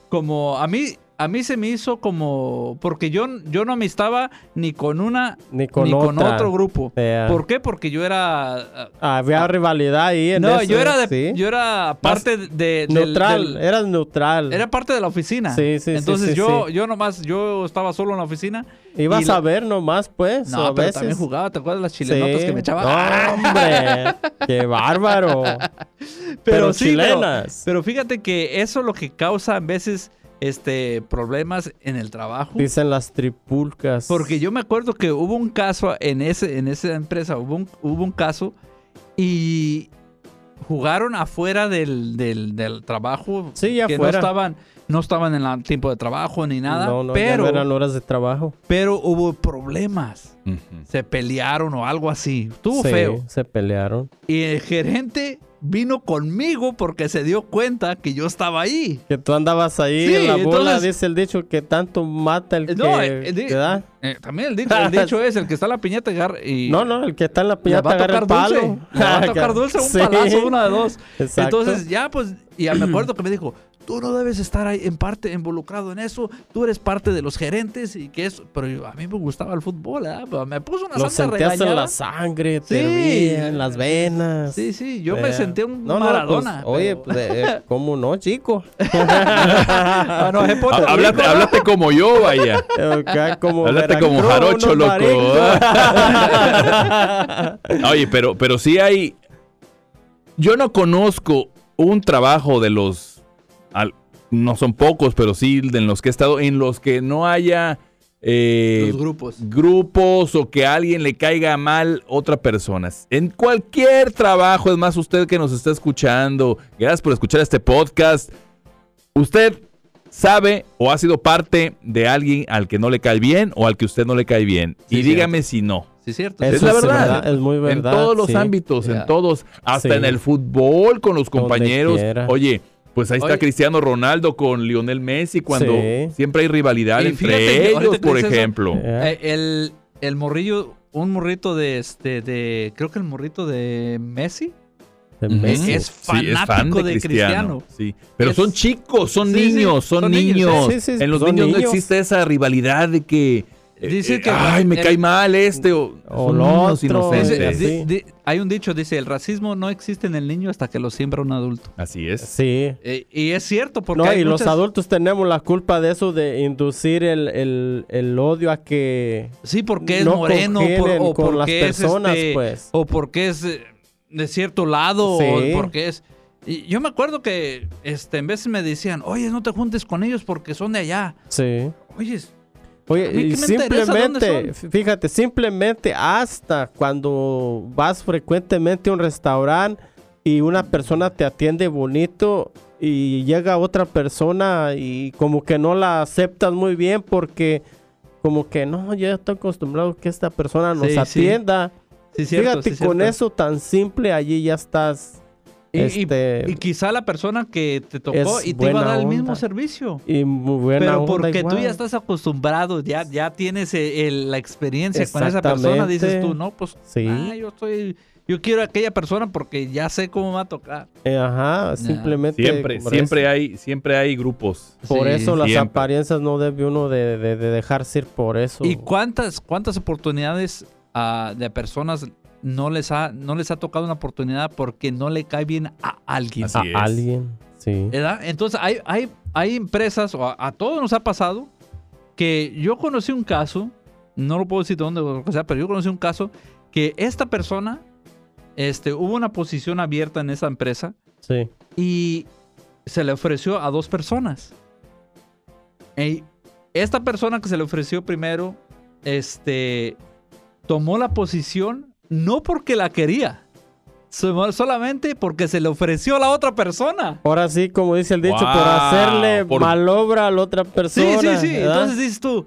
Speaker 1: como, a mí, a mí se me hizo como, porque yo, yo no amistaba ni con una,
Speaker 2: Ni con,
Speaker 1: ni con
Speaker 2: otra.
Speaker 1: otro grupo.
Speaker 2: Yeah.
Speaker 1: ¿Por qué? Porque yo era...
Speaker 2: Había rivalidad ahí en
Speaker 1: No,
Speaker 2: eso,
Speaker 1: yo era, de-
Speaker 2: sí.
Speaker 1: yo era parte de... del-
Speaker 2: neutral,
Speaker 1: del-
Speaker 2: eras neutral.
Speaker 1: era parte de la oficina.
Speaker 2: Sí, sí, sí,
Speaker 1: Entonces
Speaker 2: sí,
Speaker 1: yo,
Speaker 2: sí.
Speaker 1: yo nomás, yo estaba solo en la oficina.
Speaker 2: Ibas
Speaker 1: y la-
Speaker 2: a ver nomás, pues,
Speaker 1: No,
Speaker 2: a
Speaker 1: pero
Speaker 2: veces.
Speaker 1: también jugaba, ¿te acuerdas de las chilenotas
Speaker 2: Sí.
Speaker 1: que me Ah, echaban?
Speaker 2: No, hombre, qué bárbaro. pero chilenas.
Speaker 1: Pero, fíjate que eso es lo que causa a veces este, problemas en el trabajo.
Speaker 2: Dicen las tripulcas.
Speaker 1: Porque yo me acuerdo que hubo un caso en, ese, en esa empresa, hubo un, hubo un caso y jugaron afuera del, del- del trabajo.
Speaker 2: Sí, ya
Speaker 1: que
Speaker 2: afuera.
Speaker 1: no estaban, no estaban en el tiempo de trabajo ni nada.
Speaker 2: No, no, ya
Speaker 1: pero,
Speaker 2: no eran horas de trabajo.
Speaker 1: pero hubo problemas.
Speaker 3: Ujú.
Speaker 1: Se pelearon o algo así. Estuvo
Speaker 2: Sí,
Speaker 1: feo.
Speaker 2: Se pelearon.
Speaker 1: Y el gerente vino conmigo porque se dio cuenta que yo estaba ahí.
Speaker 2: Que tú andabas ahí
Speaker 1: Sí,
Speaker 2: en la bola,
Speaker 1: entonces-
Speaker 2: dice el dicho, que tanto mata el
Speaker 1: No,
Speaker 2: que
Speaker 1: eh, eh, di-
Speaker 2: te da.
Speaker 1: eh, también el dicho, el dicho es el que está en la piñata agarra y
Speaker 2: No, no, el que está en la
Speaker 1: le
Speaker 2: piñata
Speaker 1: va a
Speaker 2: agarra
Speaker 1: tocar
Speaker 2: el
Speaker 1: dulce.
Speaker 2: palo.
Speaker 1: Le va a tocar dulce un
Speaker 2: Sí,
Speaker 1: palazo, una de dos.
Speaker 2: exacto.
Speaker 1: Entonces ya pues, y ya me acuerdo que me dijo, tú no debes estar ahí en parte involucrado en eso, tú eres parte de los gerentes y que eso, pero yo- a mí me gustaba el fútbol, ¿ah? Pero me puso una
Speaker 2: lo
Speaker 1: santa
Speaker 2: sentías en
Speaker 1: regañada.
Speaker 2: la sangre,
Speaker 1: Sí.
Speaker 2: te hervía en las venas.
Speaker 1: Sí, sí, yo me
Speaker 2: Vea.
Speaker 1: senté un
Speaker 2: No, no,
Speaker 1: Maradona.
Speaker 2: pues, oye,
Speaker 1: pero-
Speaker 2: pues, eh, eh, ¿cómo no, chico?
Speaker 1: Ah, no, es por-
Speaker 3: Há- Háblate, háblate como yo, vaya.
Speaker 2: Acá como
Speaker 3: Háblate como
Speaker 2: Veracruz,
Speaker 3: jarocho,
Speaker 2: unos
Speaker 3: loco.
Speaker 2: maringos.
Speaker 3: Oye, pero, pero sí hay. Yo no conozco un trabajo de los. al- no son pocos, pero sí en los que he estado, en los que no haya eh,
Speaker 1: los grupos.
Speaker 3: grupos o que a alguien le caiga mal otra persona. En cualquier trabajo, es más, usted que nos está escuchando, gracias por escuchar este podcast. Usted sabe o ha sido parte de alguien al que no le cae bien o al que usted no le cae bien.
Speaker 1: Sí,
Speaker 3: y
Speaker 1: cierto.
Speaker 3: dígame si no.
Speaker 1: Sí, cierto.
Speaker 2: Eso
Speaker 3: Es la verdad.
Speaker 2: Es muy verdad.
Speaker 3: en todos los
Speaker 2: sí.
Speaker 3: ámbitos,
Speaker 1: Ya.
Speaker 3: en todos, hasta
Speaker 2: Sí.
Speaker 3: en el fútbol con los
Speaker 2: Donde
Speaker 3: compañeros.
Speaker 2: quiera.
Speaker 3: Oye, pues ahí está
Speaker 1: Oye.
Speaker 3: Cristiano Ronaldo con Lionel Messi cuando
Speaker 2: Sí.
Speaker 3: siempre hay rivalidad
Speaker 1: Y fíjate que
Speaker 3: entre
Speaker 1: ahorita
Speaker 3: ellos,
Speaker 1: que
Speaker 3: por
Speaker 1: dices eso,
Speaker 3: ejemplo.
Speaker 2: Ya.
Speaker 1: Eh, el, el morrillo, un morrito de este, de, creo que el morrito de Messi.
Speaker 2: De
Speaker 3: Ujú.
Speaker 2: Messi.
Speaker 1: es fanático de Cristiano.
Speaker 3: Sí, pero
Speaker 1: Es-
Speaker 3: son chicos, son
Speaker 1: Sí, sí,
Speaker 3: niños, son,
Speaker 1: son niños.
Speaker 3: niños.
Speaker 2: Sí, sí, sí,
Speaker 3: en los
Speaker 2: son
Speaker 3: niños, no
Speaker 2: niños.
Speaker 3: existe esa rivalidad de que, eh,
Speaker 1: Dice
Speaker 3: eh,
Speaker 1: que-
Speaker 3: ay, me
Speaker 1: el-
Speaker 3: cae mal este o,
Speaker 2: o
Speaker 3: son
Speaker 2: lo
Speaker 3: niños
Speaker 2: otro,
Speaker 3: inocentes.
Speaker 1: Dice-
Speaker 2: sí.
Speaker 1: di- di- hay un dicho, dice, el racismo no existe en el niño hasta que lo siembra un adulto.
Speaker 3: Así es.
Speaker 2: Sí.
Speaker 1: Eh, y es cierto, porque
Speaker 2: No,
Speaker 1: hay
Speaker 2: y los
Speaker 1: muchas-
Speaker 2: adultos tenemos la culpa de eso, de inducir el, el- el odio a que...
Speaker 1: Sí, porque es
Speaker 2: no
Speaker 1: moreno, por-
Speaker 2: congenen
Speaker 1: o
Speaker 2: con
Speaker 1: porque
Speaker 2: las
Speaker 1: es,
Speaker 2: personas,
Speaker 1: este,
Speaker 2: pues.
Speaker 1: o porque es eh, de cierto lado,
Speaker 2: Sí.
Speaker 1: o porque es... Y yo me acuerdo que este, en veces me decían, oye, no te juntes con ellos porque son de allá.
Speaker 2: Sí.
Speaker 1: Oye, A
Speaker 2: Oye,
Speaker 1: mí
Speaker 2: y
Speaker 1: qué me interesa dónde
Speaker 2: simplemente, fíjate, simplemente hasta cuando vas frecuentemente a un restaurante y una persona te atiende bonito y llega otra persona y como que no la aceptas muy bien porque como que no, yo ya estoy acostumbrado que esta persona nos
Speaker 1: Sí, sí.
Speaker 2: atienda.
Speaker 1: sí, cierto,
Speaker 2: fíjate,
Speaker 1: sí,
Speaker 2: con
Speaker 1: cierto.
Speaker 2: eso tan simple allí ya estás
Speaker 1: Y- y-
Speaker 2: este,
Speaker 1: Y quizá la persona que te tocó
Speaker 2: Es
Speaker 1: y te iba a
Speaker 2: buena
Speaker 1: dar el mismo
Speaker 2: onda.
Speaker 1: servicio.
Speaker 2: y, muy buena
Speaker 1: Pero
Speaker 2: onda
Speaker 1: porque tú
Speaker 2: igual.
Speaker 1: ya estás acostumbrado, ya, ya tienes eh, el- la experiencia con esa persona,
Speaker 2: Exactamente.
Speaker 1: dices tú, no, pues
Speaker 2: Sí.
Speaker 1: ah, yo estoy, yo quiero a aquella persona porque ya sé cómo me va a tocar.
Speaker 2: Eh, ajá, simplemente
Speaker 3: Siempre,
Speaker 2: por
Speaker 3: siempre hay, siempre hay grupos.
Speaker 2: Por
Speaker 1: Sí.
Speaker 2: eso las
Speaker 3: Siempre.
Speaker 2: apariencias no debe uno de, de- de dejarse ir por eso.
Speaker 1: ¿Y cuántas, cuántas oportunidades ah, de personas no les ha, no les ha tocado una oportunidad porque no le cae bien a alguien?
Speaker 3: Así
Speaker 2: a
Speaker 3: es. Eh.
Speaker 2: alguien, sí.
Speaker 1: ¿verdad? Entonces hay, hay, hay empresas, o a, a todos nos ha pasado, que yo conocí un caso no lo puedo decir de dónde, o sea, pero yo conocí un caso que esta persona, este, hubo una posición abierta en esa empresa
Speaker 2: Sí.
Speaker 1: y se le ofreció a dos personas. Ey, esta persona que se le ofreció primero, este, tomó la posición no porque la quería, sino solamente porque se le ofreció a la otra persona.
Speaker 2: Ahora sí, como dice el dicho,
Speaker 3: Wow,
Speaker 2: por hacerle
Speaker 3: por-
Speaker 2: malobra a la otra
Speaker 1: Sí,
Speaker 2: persona.
Speaker 1: sí, sí.
Speaker 2: ¿verdad?
Speaker 1: Entonces dices tú,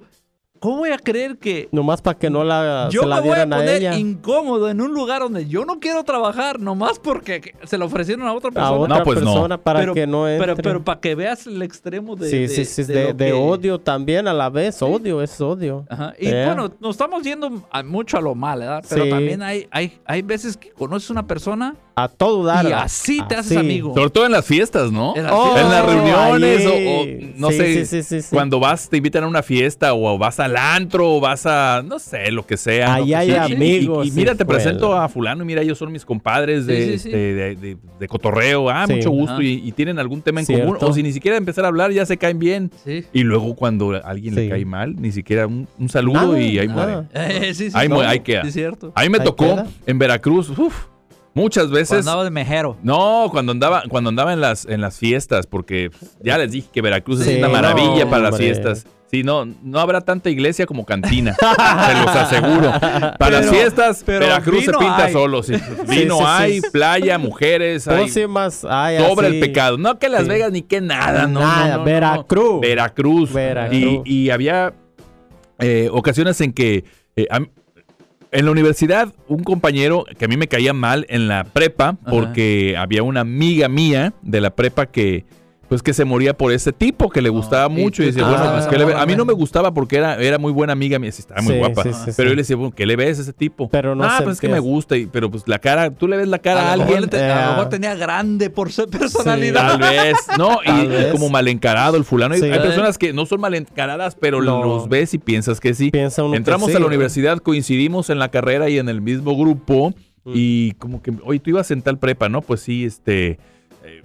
Speaker 1: ¿cómo voy a creer que
Speaker 2: Nomás para que no la,
Speaker 1: yo
Speaker 2: se la
Speaker 1: me voy a
Speaker 2: dieran a,
Speaker 1: poner
Speaker 2: ella.
Speaker 1: incómodo en un lugar donde yo no quiero trabajar nomás porque se lo ofrecieron a otra
Speaker 2: A
Speaker 1: persona?
Speaker 2: otra
Speaker 3: No, pues no.
Speaker 2: persona para
Speaker 1: Pero-
Speaker 2: que no Ah, entre.
Speaker 1: pero, pero para que veas el extremo de...
Speaker 2: sí,
Speaker 1: de-
Speaker 2: sí, sí,
Speaker 1: de
Speaker 2: de,
Speaker 1: lo
Speaker 2: de
Speaker 1: que-
Speaker 2: odio también a la vez. Odio es odio.
Speaker 1: Ajá. Y
Speaker 2: Eh.
Speaker 1: bueno, nos estamos yendo a- mucho a lo mal, ¿verdad? Pero
Speaker 2: Sí.
Speaker 1: también hay, hay, hay veces que conoces a una persona
Speaker 2: A todo dar.
Speaker 1: y así
Speaker 2: Ah,
Speaker 1: te haces amigo.
Speaker 3: Sobre todo en las fiestas, ¿no?
Speaker 1: En las
Speaker 2: Oh,
Speaker 3: en las
Speaker 1: ahí.
Speaker 3: reuniones o, o no
Speaker 2: Sí,
Speaker 3: sé.
Speaker 2: sí, sí, sí, sí.
Speaker 3: Cuando vas, te invitan a una fiesta o vas al antro o vas a, no sé, lo que sea.
Speaker 2: Ahí
Speaker 3: ¿no? Pues,
Speaker 2: hay
Speaker 3: y- y-
Speaker 2: amigos,
Speaker 3: Y, y mira, te
Speaker 2: hijuela.
Speaker 3: presento a fulano y mira, ellos son mis compadres de,
Speaker 1: Sí, sí, sí.
Speaker 3: este, de- de- de cotorreo. Ah,
Speaker 2: Sí.
Speaker 3: mucho gusto.
Speaker 1: Ajá.
Speaker 3: Y, y tienen algún tema en
Speaker 2: Cierto.
Speaker 3: común. O si ni siquiera empezar a hablar, ya se caen bien.
Speaker 1: Sí.
Speaker 3: Y luego cuando a alguien
Speaker 2: Sí.
Speaker 3: le cae mal, ni siquiera un, un saludo
Speaker 2: Nada,
Speaker 3: y ahí
Speaker 2: nada.
Speaker 3: muere.
Speaker 1: Eh, sí, sí.
Speaker 3: Ahí mu- ahí queda.
Speaker 1: Sí, cierto.
Speaker 3: A mí me
Speaker 2: Ahí
Speaker 3: tocó
Speaker 2: queda.
Speaker 3: en Veracruz, uf, muchas
Speaker 1: Cuando
Speaker 3: veces.
Speaker 1: andaba de mejero.
Speaker 3: No, cuando andaba, cuando andaba en las, en las fiestas, porque pues, ya les dije que Veracruz
Speaker 2: Sí,
Speaker 3: es una maravilla
Speaker 2: no,
Speaker 3: para las
Speaker 2: hombre.
Speaker 3: fiestas. Sí, no, no habrá tanta iglesia como cantina, se los aseguro. Para las
Speaker 1: Pero-
Speaker 3: fiestas,
Speaker 1: pero
Speaker 3: Veracruz se
Speaker 1: vino
Speaker 3: pinta
Speaker 1: hay.
Speaker 3: solo. sí. Vino
Speaker 2: sí, sí.
Speaker 3: hay, playa, mujeres, hay,
Speaker 2: Próximas. Ay,
Speaker 3: sobre
Speaker 2: así.
Speaker 3: el pecado. No que Las
Speaker 2: Sí.
Speaker 3: Vegas ni que nada, no. no,
Speaker 2: Nada,
Speaker 3: no, no.
Speaker 2: Veracruz.
Speaker 3: Veracruz.
Speaker 2: Veracruz.
Speaker 3: Y, y había eh, ocasiones en que eh, a mí- en la universidad un compañero que a mí me caía mal en la prepa porque había una amiga mía de la prepa que pues que se moría por ese tipo
Speaker 2: Ah,
Speaker 3: que le gustaba
Speaker 1: y
Speaker 3: mucho y
Speaker 1: tú
Speaker 3: decía,
Speaker 2: te
Speaker 3: bueno,
Speaker 2: estabas
Speaker 3: pues, ¿qué le ve? a mí no
Speaker 1: enamorando.
Speaker 3: me gustaba porque era, era muy buena amiga mía, sí, estaba muy
Speaker 2: Sí,
Speaker 3: guapa.
Speaker 2: sí, sí, sí.
Speaker 3: pero yo le decía, bueno, ¿qué le ves a ese tipo?
Speaker 2: Pero no
Speaker 3: ah,
Speaker 2: se
Speaker 3: pues es que me
Speaker 2: empieza.
Speaker 3: gusta, y, pero pues la cara, tú le ves la cara a,
Speaker 1: A lo,
Speaker 3: alguien.
Speaker 1: mejor, te- a lo
Speaker 2: eh.
Speaker 1: mejor tenía grande por ser personalidad.
Speaker 3: Tal vez, no, y,
Speaker 2: Tal
Speaker 3: y
Speaker 2: vez.
Speaker 3: como mal encarado el fulano. Hay-
Speaker 2: Sí.
Speaker 3: Hay personas que no son mal encaradas, pero
Speaker 2: No.
Speaker 3: los ves y piensas que sí.
Speaker 2: Piensa uno que
Speaker 3: Entramos
Speaker 2: sí,
Speaker 3: a la
Speaker 2: ¿no?
Speaker 3: universidad, coincidimos en la carrera y en el mismo grupo.
Speaker 2: Mm.
Speaker 3: Y como que, oye, tú ibas en tal prepa, ¿no? Pues sí, este. eh,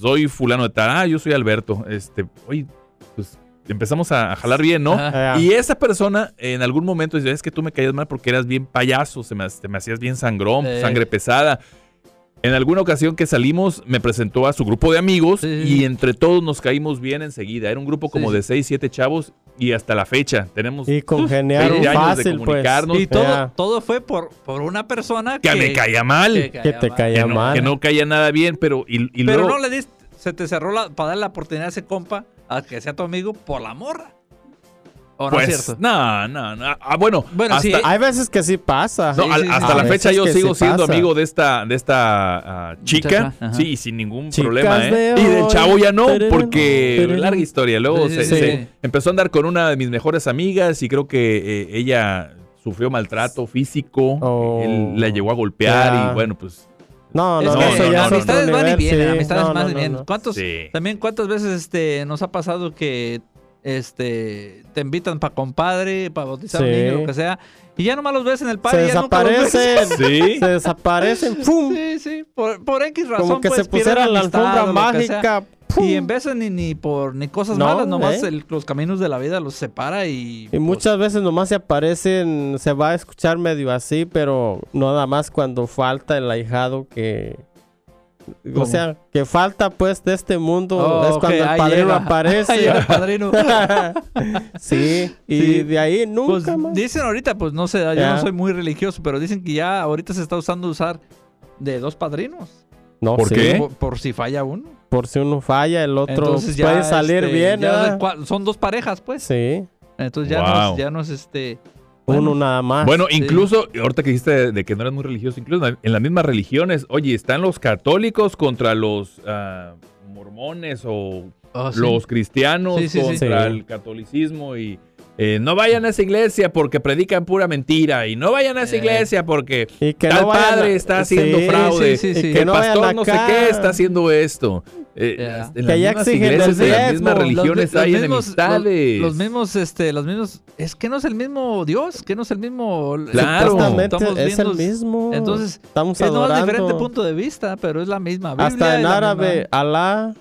Speaker 3: soy fulano de tal. Ah, yo soy Alberto. Este, oye, pues empezamos a, a jalar bien, ¿no?
Speaker 1: Ajá.
Speaker 2: Ah,
Speaker 3: Y esa persona en algún momento dice, es que tú me caías mal porque eras bien payaso, se me, ha- te me hacías bien sangrón,
Speaker 1: Eh.
Speaker 3: sangre pesada. En alguna ocasión que salimos, me presentó a su grupo de amigos
Speaker 1: Sí, sí, sí.
Speaker 3: y entre todos nos caímos bien enseguida. Era un grupo como
Speaker 1: Sí,
Speaker 3: de 6, 7 chavos y hasta la fecha tenemos
Speaker 2: Y
Speaker 3: veinte
Speaker 2: congeniaron
Speaker 3: años de
Speaker 2: fácil, pues.
Speaker 3: comunicarnos
Speaker 1: Y todo,
Speaker 2: Ya.
Speaker 1: todo fue por, por una persona que,
Speaker 3: que, me caía mal,
Speaker 1: que
Speaker 3: que,
Speaker 2: Que te
Speaker 1: mal.
Speaker 2: caía
Speaker 3: no,
Speaker 2: mal.
Speaker 3: que no caía nada bien, pero y, y
Speaker 1: Pero
Speaker 3: luego-
Speaker 1: no le diste, se te cerró la, para darle la oportunidad a ese compa a que sea tu amigo por la morra. ¿O no es
Speaker 3: pues
Speaker 1: cierto?
Speaker 3: no, no, no. Ah, bueno,
Speaker 1: Bueno,
Speaker 3: hasta,
Speaker 1: sí,
Speaker 2: Hay veces que sí pasa.
Speaker 3: No,
Speaker 1: Sí,
Speaker 3: al-
Speaker 1: sí,
Speaker 3: hasta
Speaker 1: sí.
Speaker 3: la
Speaker 1: A
Speaker 3: fecha
Speaker 2: veces
Speaker 3: yo
Speaker 2: que
Speaker 3: sigo
Speaker 2: sí
Speaker 3: siendo
Speaker 2: pasa.
Speaker 3: amigo de esta, de esta ah, chica,
Speaker 1: Muchacha, ajá.
Speaker 3: sí, y sin ningún
Speaker 2: Chicas
Speaker 3: problema, ¿eh?
Speaker 2: de
Speaker 3: Y del
Speaker 2: hoy.
Speaker 3: chavo ya no,
Speaker 2: Tereré.
Speaker 3: porque
Speaker 2: Tereré.
Speaker 3: larga historia. Luego
Speaker 1: Sí,
Speaker 3: se,
Speaker 1: sí,
Speaker 3: se
Speaker 1: sí.
Speaker 3: empezó a andar con una de mis mejores amigas y creo que eh, ella sufrió maltrato físico,
Speaker 2: Oh.
Speaker 3: él la llegó a golpear
Speaker 2: Ya.
Speaker 3: y bueno, pues
Speaker 2: No, no,
Speaker 1: es
Speaker 2: no,
Speaker 1: que
Speaker 3: no,
Speaker 2: eso ya
Speaker 3: no,
Speaker 2: es
Speaker 3: no,
Speaker 2: otro
Speaker 1: amistades van y
Speaker 2: nivel,
Speaker 1: vienen,
Speaker 2: sí.
Speaker 1: amistades
Speaker 2: No, no,
Speaker 1: más
Speaker 2: no,
Speaker 1: bien.
Speaker 2: no.
Speaker 1: ¿Cuántos,
Speaker 3: sí.
Speaker 1: También cuántas veces este, nos ha pasado que este, te invitan para compadre, para bautizar a un
Speaker 2: Sí.
Speaker 1: niño, lo que sea, y ya nomás los ves en el
Speaker 2: Se
Speaker 1: padre. ya nunca los ves.
Speaker 2: desaparecen.
Speaker 3: Sí.
Speaker 2: Se desaparecen. ¡Pum!
Speaker 1: Sí, sí, por, por X razón.
Speaker 2: Como que
Speaker 1: pues,
Speaker 2: se pusiera
Speaker 1: pierden
Speaker 2: la
Speaker 1: amistad
Speaker 2: alfombra
Speaker 1: o lo que sea.
Speaker 2: mágica. ¡pum!
Speaker 1: Y en vez de ni, ni por ni cosas
Speaker 2: No,
Speaker 1: malas, nomás
Speaker 2: eh.
Speaker 1: el- los caminos de la vida los separa y.
Speaker 2: Y
Speaker 1: pues,
Speaker 2: muchas veces nomás se aparecen, se va a escuchar medio así, pero nada más cuando falta el ahijado que...
Speaker 1: ¿Cómo?
Speaker 2: O sea, que falta pues de este mundo,
Speaker 1: Oh,
Speaker 2: es
Speaker 1: ok,
Speaker 2: cuando el
Speaker 1: ahí
Speaker 2: padrino
Speaker 1: llega. Ahí
Speaker 2: aparece.
Speaker 1: llega el padrino.
Speaker 2: sí, y
Speaker 1: Sí.
Speaker 2: de ahí
Speaker 1: Pues
Speaker 2: nunca más.
Speaker 1: dicen ahorita, pues no sé, yo
Speaker 2: Ya.
Speaker 1: no soy muy religioso, pero dicen que ya ahorita se está usando usar de dos padrinos.
Speaker 2: No,
Speaker 3: ¿Por
Speaker 2: sí,
Speaker 3: qué?
Speaker 1: Por, por si falla uno.
Speaker 2: Por si uno falla, el otro
Speaker 1: Entonces ya,
Speaker 2: puede salir
Speaker 1: este,
Speaker 2: bien,
Speaker 1: ya
Speaker 2: ¿verdad?
Speaker 1: de cua- son dos parejas, pues.
Speaker 2: Sí,
Speaker 1: Entonces ya,
Speaker 3: Wow.
Speaker 1: nos, ya nos, este.
Speaker 2: uno nada más.
Speaker 3: Bueno,
Speaker 1: sí.
Speaker 3: incluso, ahorita que dijiste de, de que no eras muy religioso, incluso en la- en las mismas religiones, oye, están los católicos contra los ah, mormones o
Speaker 1: oh, sí.
Speaker 3: los cristianos
Speaker 1: Sí, sí, sí.
Speaker 3: contra
Speaker 2: Sí.
Speaker 3: el catolicismo y eh, no vayan a esa iglesia porque predican pura mentira y no vayan a esa
Speaker 1: Eh.
Speaker 3: iglesia porque
Speaker 2: y que
Speaker 3: tal
Speaker 2: vayan a-
Speaker 3: padre está haciendo
Speaker 2: Sí,
Speaker 3: fraude,
Speaker 1: sí, sí, sí.
Speaker 2: y
Speaker 3: que el
Speaker 2: no vayan
Speaker 3: pastor no sé
Speaker 2: acá.
Speaker 3: qué está haciendo esto. Eh,
Speaker 1: Yeah.
Speaker 3: En
Speaker 2: Que
Speaker 3: las
Speaker 2: ya
Speaker 3: mismas
Speaker 2: exigen
Speaker 3: iglesias,
Speaker 2: el
Speaker 3: en las
Speaker 2: diezmo,
Speaker 3: mismas
Speaker 1: Los-
Speaker 2: los-
Speaker 3: religiones hay enemistades.
Speaker 1: los, los mismos, este, los mismos. Es que no es el mismo Dios, que no es el mismo.
Speaker 3: Claro.
Speaker 2: Supuestamente
Speaker 1: Estamos
Speaker 2: es el
Speaker 1: viendo-
Speaker 2: mismo.
Speaker 1: Entonces,
Speaker 2: estamos
Speaker 1: Es nomás
Speaker 2: adorando.
Speaker 1: diferente punto de vista, pero es la misma. Biblia
Speaker 2: Hasta
Speaker 1: es
Speaker 2: en
Speaker 1: la
Speaker 2: árabe,
Speaker 1: misma-
Speaker 2: Alá,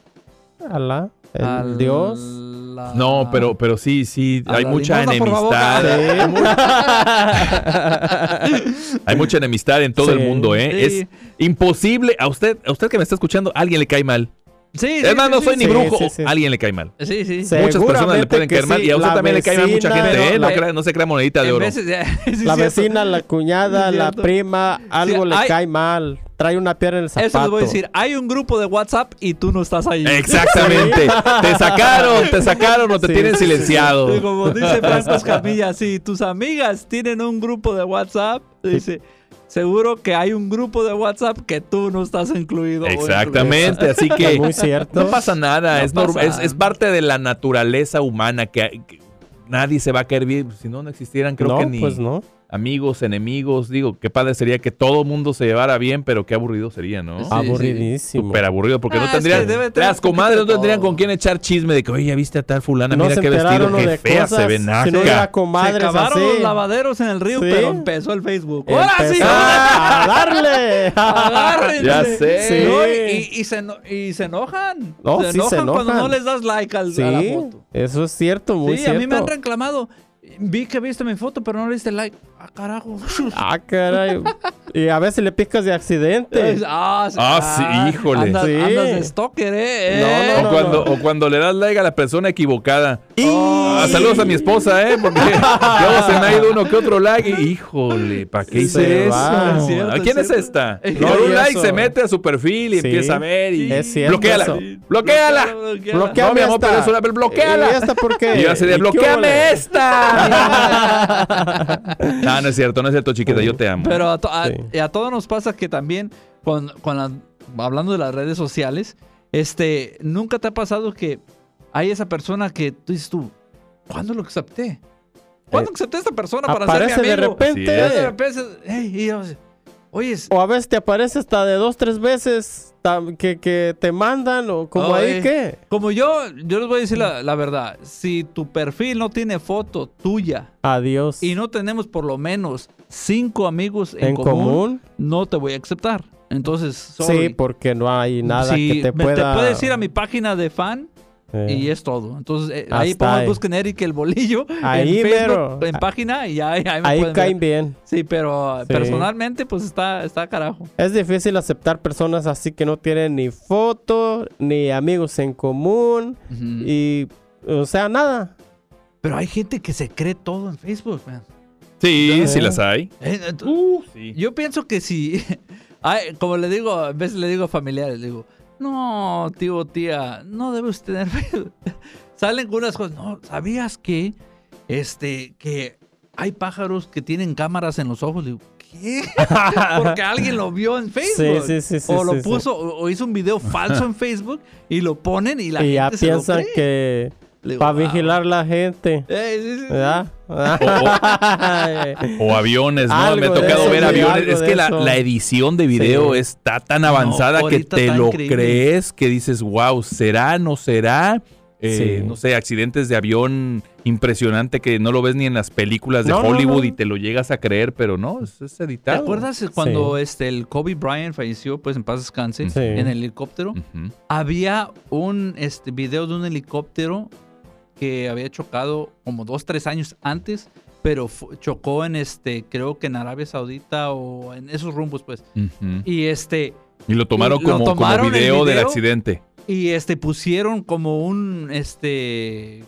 Speaker 2: Alá, El
Speaker 1: al-
Speaker 2: Dios.
Speaker 1: la-
Speaker 2: Ah.
Speaker 3: No, pero, pero sí, sí,
Speaker 1: A
Speaker 3: hay
Speaker 1: la
Speaker 3: mucha
Speaker 1: limosna, por favor.
Speaker 3: enemistad.
Speaker 2: Sí.
Speaker 3: Hay mucha enemistad en todo
Speaker 2: Sí.
Speaker 3: el mundo, ¿eh?
Speaker 1: Sí.
Speaker 3: Es imposible. A usted, a usted que me está escuchando, alguien le cae mal.
Speaker 1: Sí, sí,
Speaker 3: Es más,
Speaker 1: sí,
Speaker 3: no
Speaker 1: sí,
Speaker 3: soy ni
Speaker 1: sí.
Speaker 3: brujo.
Speaker 2: sí, sí.
Speaker 3: Alguien le cae mal.
Speaker 1: Sí, sí.
Speaker 2: Sí.
Speaker 3: Muchas personas le
Speaker 2: Seguramente
Speaker 3: pueden
Speaker 2: que
Speaker 3: caer mal.
Speaker 2: sí,
Speaker 3: Y a usted
Speaker 2: la
Speaker 3: también le cae mal mucha
Speaker 2: vecina,
Speaker 3: gente, ¿eh?
Speaker 1: la-
Speaker 3: No, crea- no se crea monedita de
Speaker 1: En
Speaker 3: oro.
Speaker 1: veces- sí, es
Speaker 2: La
Speaker 1: cierto.
Speaker 2: vecina, la cuñada,
Speaker 1: Es
Speaker 2: la
Speaker 1: cierto.
Speaker 2: prima, algo le
Speaker 1: hay-
Speaker 2: cae mal. Trae una piedra en el zapato.
Speaker 1: Eso les voy a decir. Hay un grupo de WhatsApp y tú no estás ahí.
Speaker 3: Exactamente. te sacaron, te sacaron o te
Speaker 2: Sí,
Speaker 3: tienen
Speaker 2: sí, sí.
Speaker 3: silenciado.
Speaker 1: Y como dice Franco Escamilla, si tus amigas tienen un grupo de WhatsApp, dice, seguro que hay un grupo de WhatsApp que tú no estás incluido. o incluida.
Speaker 3: Exactamente, así que
Speaker 2: Es muy cierto.
Speaker 3: no pasa nada,
Speaker 1: No
Speaker 3: es, norm-
Speaker 1: pasa
Speaker 3: es- es
Speaker 1: nada.
Speaker 3: parte de la naturaleza humana que, que nadie se va a caer bien, si no, no existieran creo
Speaker 2: no,
Speaker 3: que ni
Speaker 2: pues no.
Speaker 3: amigos, enemigos, digo, qué padre sería que todo mundo se llevara bien, pero qué aburrido sería, ¿no?
Speaker 1: Sí,
Speaker 2: Aburridísimo.
Speaker 3: Súper aburrido, porque
Speaker 1: Ah,
Speaker 3: no
Speaker 1: es que
Speaker 3: tendrían,
Speaker 1: debe tener
Speaker 3: las
Speaker 1: un poquito
Speaker 3: comadres no
Speaker 1: de
Speaker 3: tendrían
Speaker 1: todo.
Speaker 3: con quién echar chisme de que, oye, ya viste a tal fulana,
Speaker 2: no
Speaker 3: mira
Speaker 2: se
Speaker 3: qué
Speaker 2: enteraron
Speaker 3: vestido,
Speaker 2: uno
Speaker 3: qué
Speaker 2: de
Speaker 3: fea se
Speaker 2: cosas.
Speaker 3: ve,
Speaker 2: si no
Speaker 3: naca".
Speaker 2: hubiera
Speaker 1: Se
Speaker 2: comadres
Speaker 1: acabaron
Speaker 2: así.
Speaker 1: los lavaderos en el río,
Speaker 2: Sí.
Speaker 1: pero empezó el Facebook. ¡Ahora sí!
Speaker 2: Empezó a darle.
Speaker 1: ¡Agárrense!
Speaker 3: Ya sé.
Speaker 1: No, y- y, y se, eno- y se enojan.
Speaker 2: No,
Speaker 1: se,
Speaker 2: sí se
Speaker 1: enojan cuando
Speaker 2: enojan.
Speaker 1: no les das like al, a la
Speaker 2: sí,
Speaker 1: foto.
Speaker 2: eso es cierto, muy
Speaker 1: sí,
Speaker 2: cierto.
Speaker 1: a mí me han reclamado. Vi que viste mi foto, pero no le diste like. Ah, carajo.
Speaker 2: Ah, caray. y a veces le picas de accidente.
Speaker 1: Ah, sí,
Speaker 3: Ah, sí, híjole.
Speaker 1: Andas,
Speaker 2: Sí.
Speaker 1: andas de stalker, ¿eh?
Speaker 2: No,
Speaker 1: ¿eh?
Speaker 2: no,
Speaker 3: O cuando, o cuando le das like a la persona equivocada.
Speaker 2: Y-
Speaker 3: Ah, saludos a mi esposa, ¿eh? Porque luego se me ha ido uno que otro like. y, Híjole, ¿para qué
Speaker 2: Sí,
Speaker 3: hice
Speaker 2: se
Speaker 3: eso?
Speaker 2: va.
Speaker 1: Es cierto,
Speaker 3: ¿A
Speaker 1: es
Speaker 3: ¿Quién es
Speaker 1: cierto.
Speaker 3: esta?
Speaker 1: No,
Speaker 3: Por un
Speaker 2: y
Speaker 3: like
Speaker 2: eso.
Speaker 3: se mete a su perfil y
Speaker 2: Sí.
Speaker 3: empieza a ver y...
Speaker 2: Es cierto
Speaker 3: bloquéala.
Speaker 2: eso.
Speaker 3: Bloquéala.
Speaker 1: bloquéala.
Speaker 2: Bloquea-
Speaker 3: No, mi amor,
Speaker 2: esta.
Speaker 3: pero es una vez
Speaker 2: ¿Y
Speaker 3: bloqueala.
Speaker 2: esta por qué?
Speaker 3: Y yo así de,
Speaker 2: ¿Y qué
Speaker 3: ¡bloqueame
Speaker 2: ole?
Speaker 3: esta! no, no es cierto, no es cierto,
Speaker 2: Uh.
Speaker 3: chiquita, yo te amo.
Speaker 1: Pero a, to- a-
Speaker 2: Sí.
Speaker 1: y a todos nos pasa que también, con, con la- hablando de las redes sociales, este, nunca te ha pasado que hay esa persona que tú dices tú, ¿cuándo lo acepté? ¿Cuándo
Speaker 2: Eh,
Speaker 1: acepté a esta persona para ser mi
Speaker 2: Aparece
Speaker 1: amigo?
Speaker 2: de
Speaker 3: Así
Speaker 1: Ya de
Speaker 2: repente.
Speaker 1: repente, hey, y yo, oye, es-
Speaker 2: O a veces te aparece hasta de dos, tres veces tam- que, que te mandan o como
Speaker 1: Ay.
Speaker 2: ahí que.
Speaker 1: como yo, yo les voy a decir la, la verdad, si tu perfil no tiene foto tuya
Speaker 2: Adiós.
Speaker 1: y no tenemos por lo menos cinco amigos en,
Speaker 2: en
Speaker 1: común,
Speaker 2: común.
Speaker 1: no te voy a aceptar. Entonces,
Speaker 2: Sí,
Speaker 1: sorry.
Speaker 2: porque no hay nada
Speaker 1: Si
Speaker 2: que te
Speaker 1: me-
Speaker 2: pueda.
Speaker 1: puedes ir a mi página de fan
Speaker 2: Eh,
Speaker 1: y es todo. Entonces, eh,
Speaker 2: Hasta
Speaker 1: ahí pongan,
Speaker 2: ahí.
Speaker 1: busquen Eric el bolillo.
Speaker 2: Ahí,
Speaker 1: en
Speaker 2: mero. Ah.
Speaker 1: en página y ya, ahí, ahí me
Speaker 2: Ahí
Speaker 1: pueden ver.
Speaker 2: caen bien.
Speaker 1: Sí, pero eh,
Speaker 2: Sí.
Speaker 1: personalmente, pues está, está carajo.
Speaker 2: Es difícil aceptar personas así que no tienen ni foto, ni amigos en común,
Speaker 1: Ujú.
Speaker 2: y. O sea, nada.
Speaker 1: Pero hay gente que se cree todo en Facebook, man.
Speaker 3: Sí,
Speaker 2: Ya.
Speaker 3: sí las hay.
Speaker 1: Eh, ent-
Speaker 3: Sí.
Speaker 1: Yo pienso que si, ay, como le digo, a veces le digo a familiares, le digo, no, tío, tía, no debes tener miedo". Salen con unas cosas, no, ¿sabías que, este, que hay pájaros que tienen cámaras en los ojos? Le digo, ¿qué? Porque alguien lo vio en Facebook.
Speaker 2: Sí, sí, sí, sí,
Speaker 1: o lo
Speaker 2: sí, sí.
Speaker 1: puso, o o hizo un video falso en Facebook y lo ponen y la
Speaker 2: y ya
Speaker 1: gente se lo
Speaker 2: piensan
Speaker 1: cree.
Speaker 2: que.
Speaker 1: Le digo, ah.
Speaker 2: Para
Speaker 1: "Wow".
Speaker 2: vigilar la gente.
Speaker 1: Eh, sí, sí, sí.
Speaker 2: ¿Verdad?
Speaker 3: O aviones, ¿no?
Speaker 2: Algo
Speaker 3: Me ha
Speaker 2: de
Speaker 3: tocado
Speaker 1: eso,
Speaker 3: ver
Speaker 1: sí,
Speaker 3: aviones.
Speaker 2: algo
Speaker 3: Es
Speaker 2: de
Speaker 3: que la,
Speaker 2: eso.
Speaker 3: la edición de video
Speaker 2: Sí.
Speaker 3: está tan avanzada que
Speaker 1: ahorita
Speaker 3: te
Speaker 1: está
Speaker 3: lo
Speaker 1: increíble.
Speaker 3: crees, que dices, wow, ¿será? ¿No será? Eh,
Speaker 2: Sí.
Speaker 3: No sé, accidentes de avión impresionante que no lo ves ni en las películas de
Speaker 2: No, no,
Speaker 3: Hollywood
Speaker 2: no.
Speaker 3: y te lo llegas a creer, pero no, es, es
Speaker 1: ¿Te
Speaker 3: editado.
Speaker 1: acuerdas cuando este, el Kobe Bryant falleció, pues en paz descanse,
Speaker 2: Sí. Mm.
Speaker 1: en el helicóptero?
Speaker 3: Ujú.
Speaker 1: Había un este, video de un helicóptero que había chocado como dos, tres años antes, pero fu- chocó en este, creo que en Arabia Saudita o en esos rumbos, pues.
Speaker 2: Mm.
Speaker 3: Ujú.
Speaker 1: Y este,
Speaker 3: Y lo tomaron,
Speaker 1: y lo
Speaker 3: como, como
Speaker 1: tomaron el
Speaker 3: video, del
Speaker 1: video.
Speaker 3: accidente.
Speaker 1: y este pusieron como un este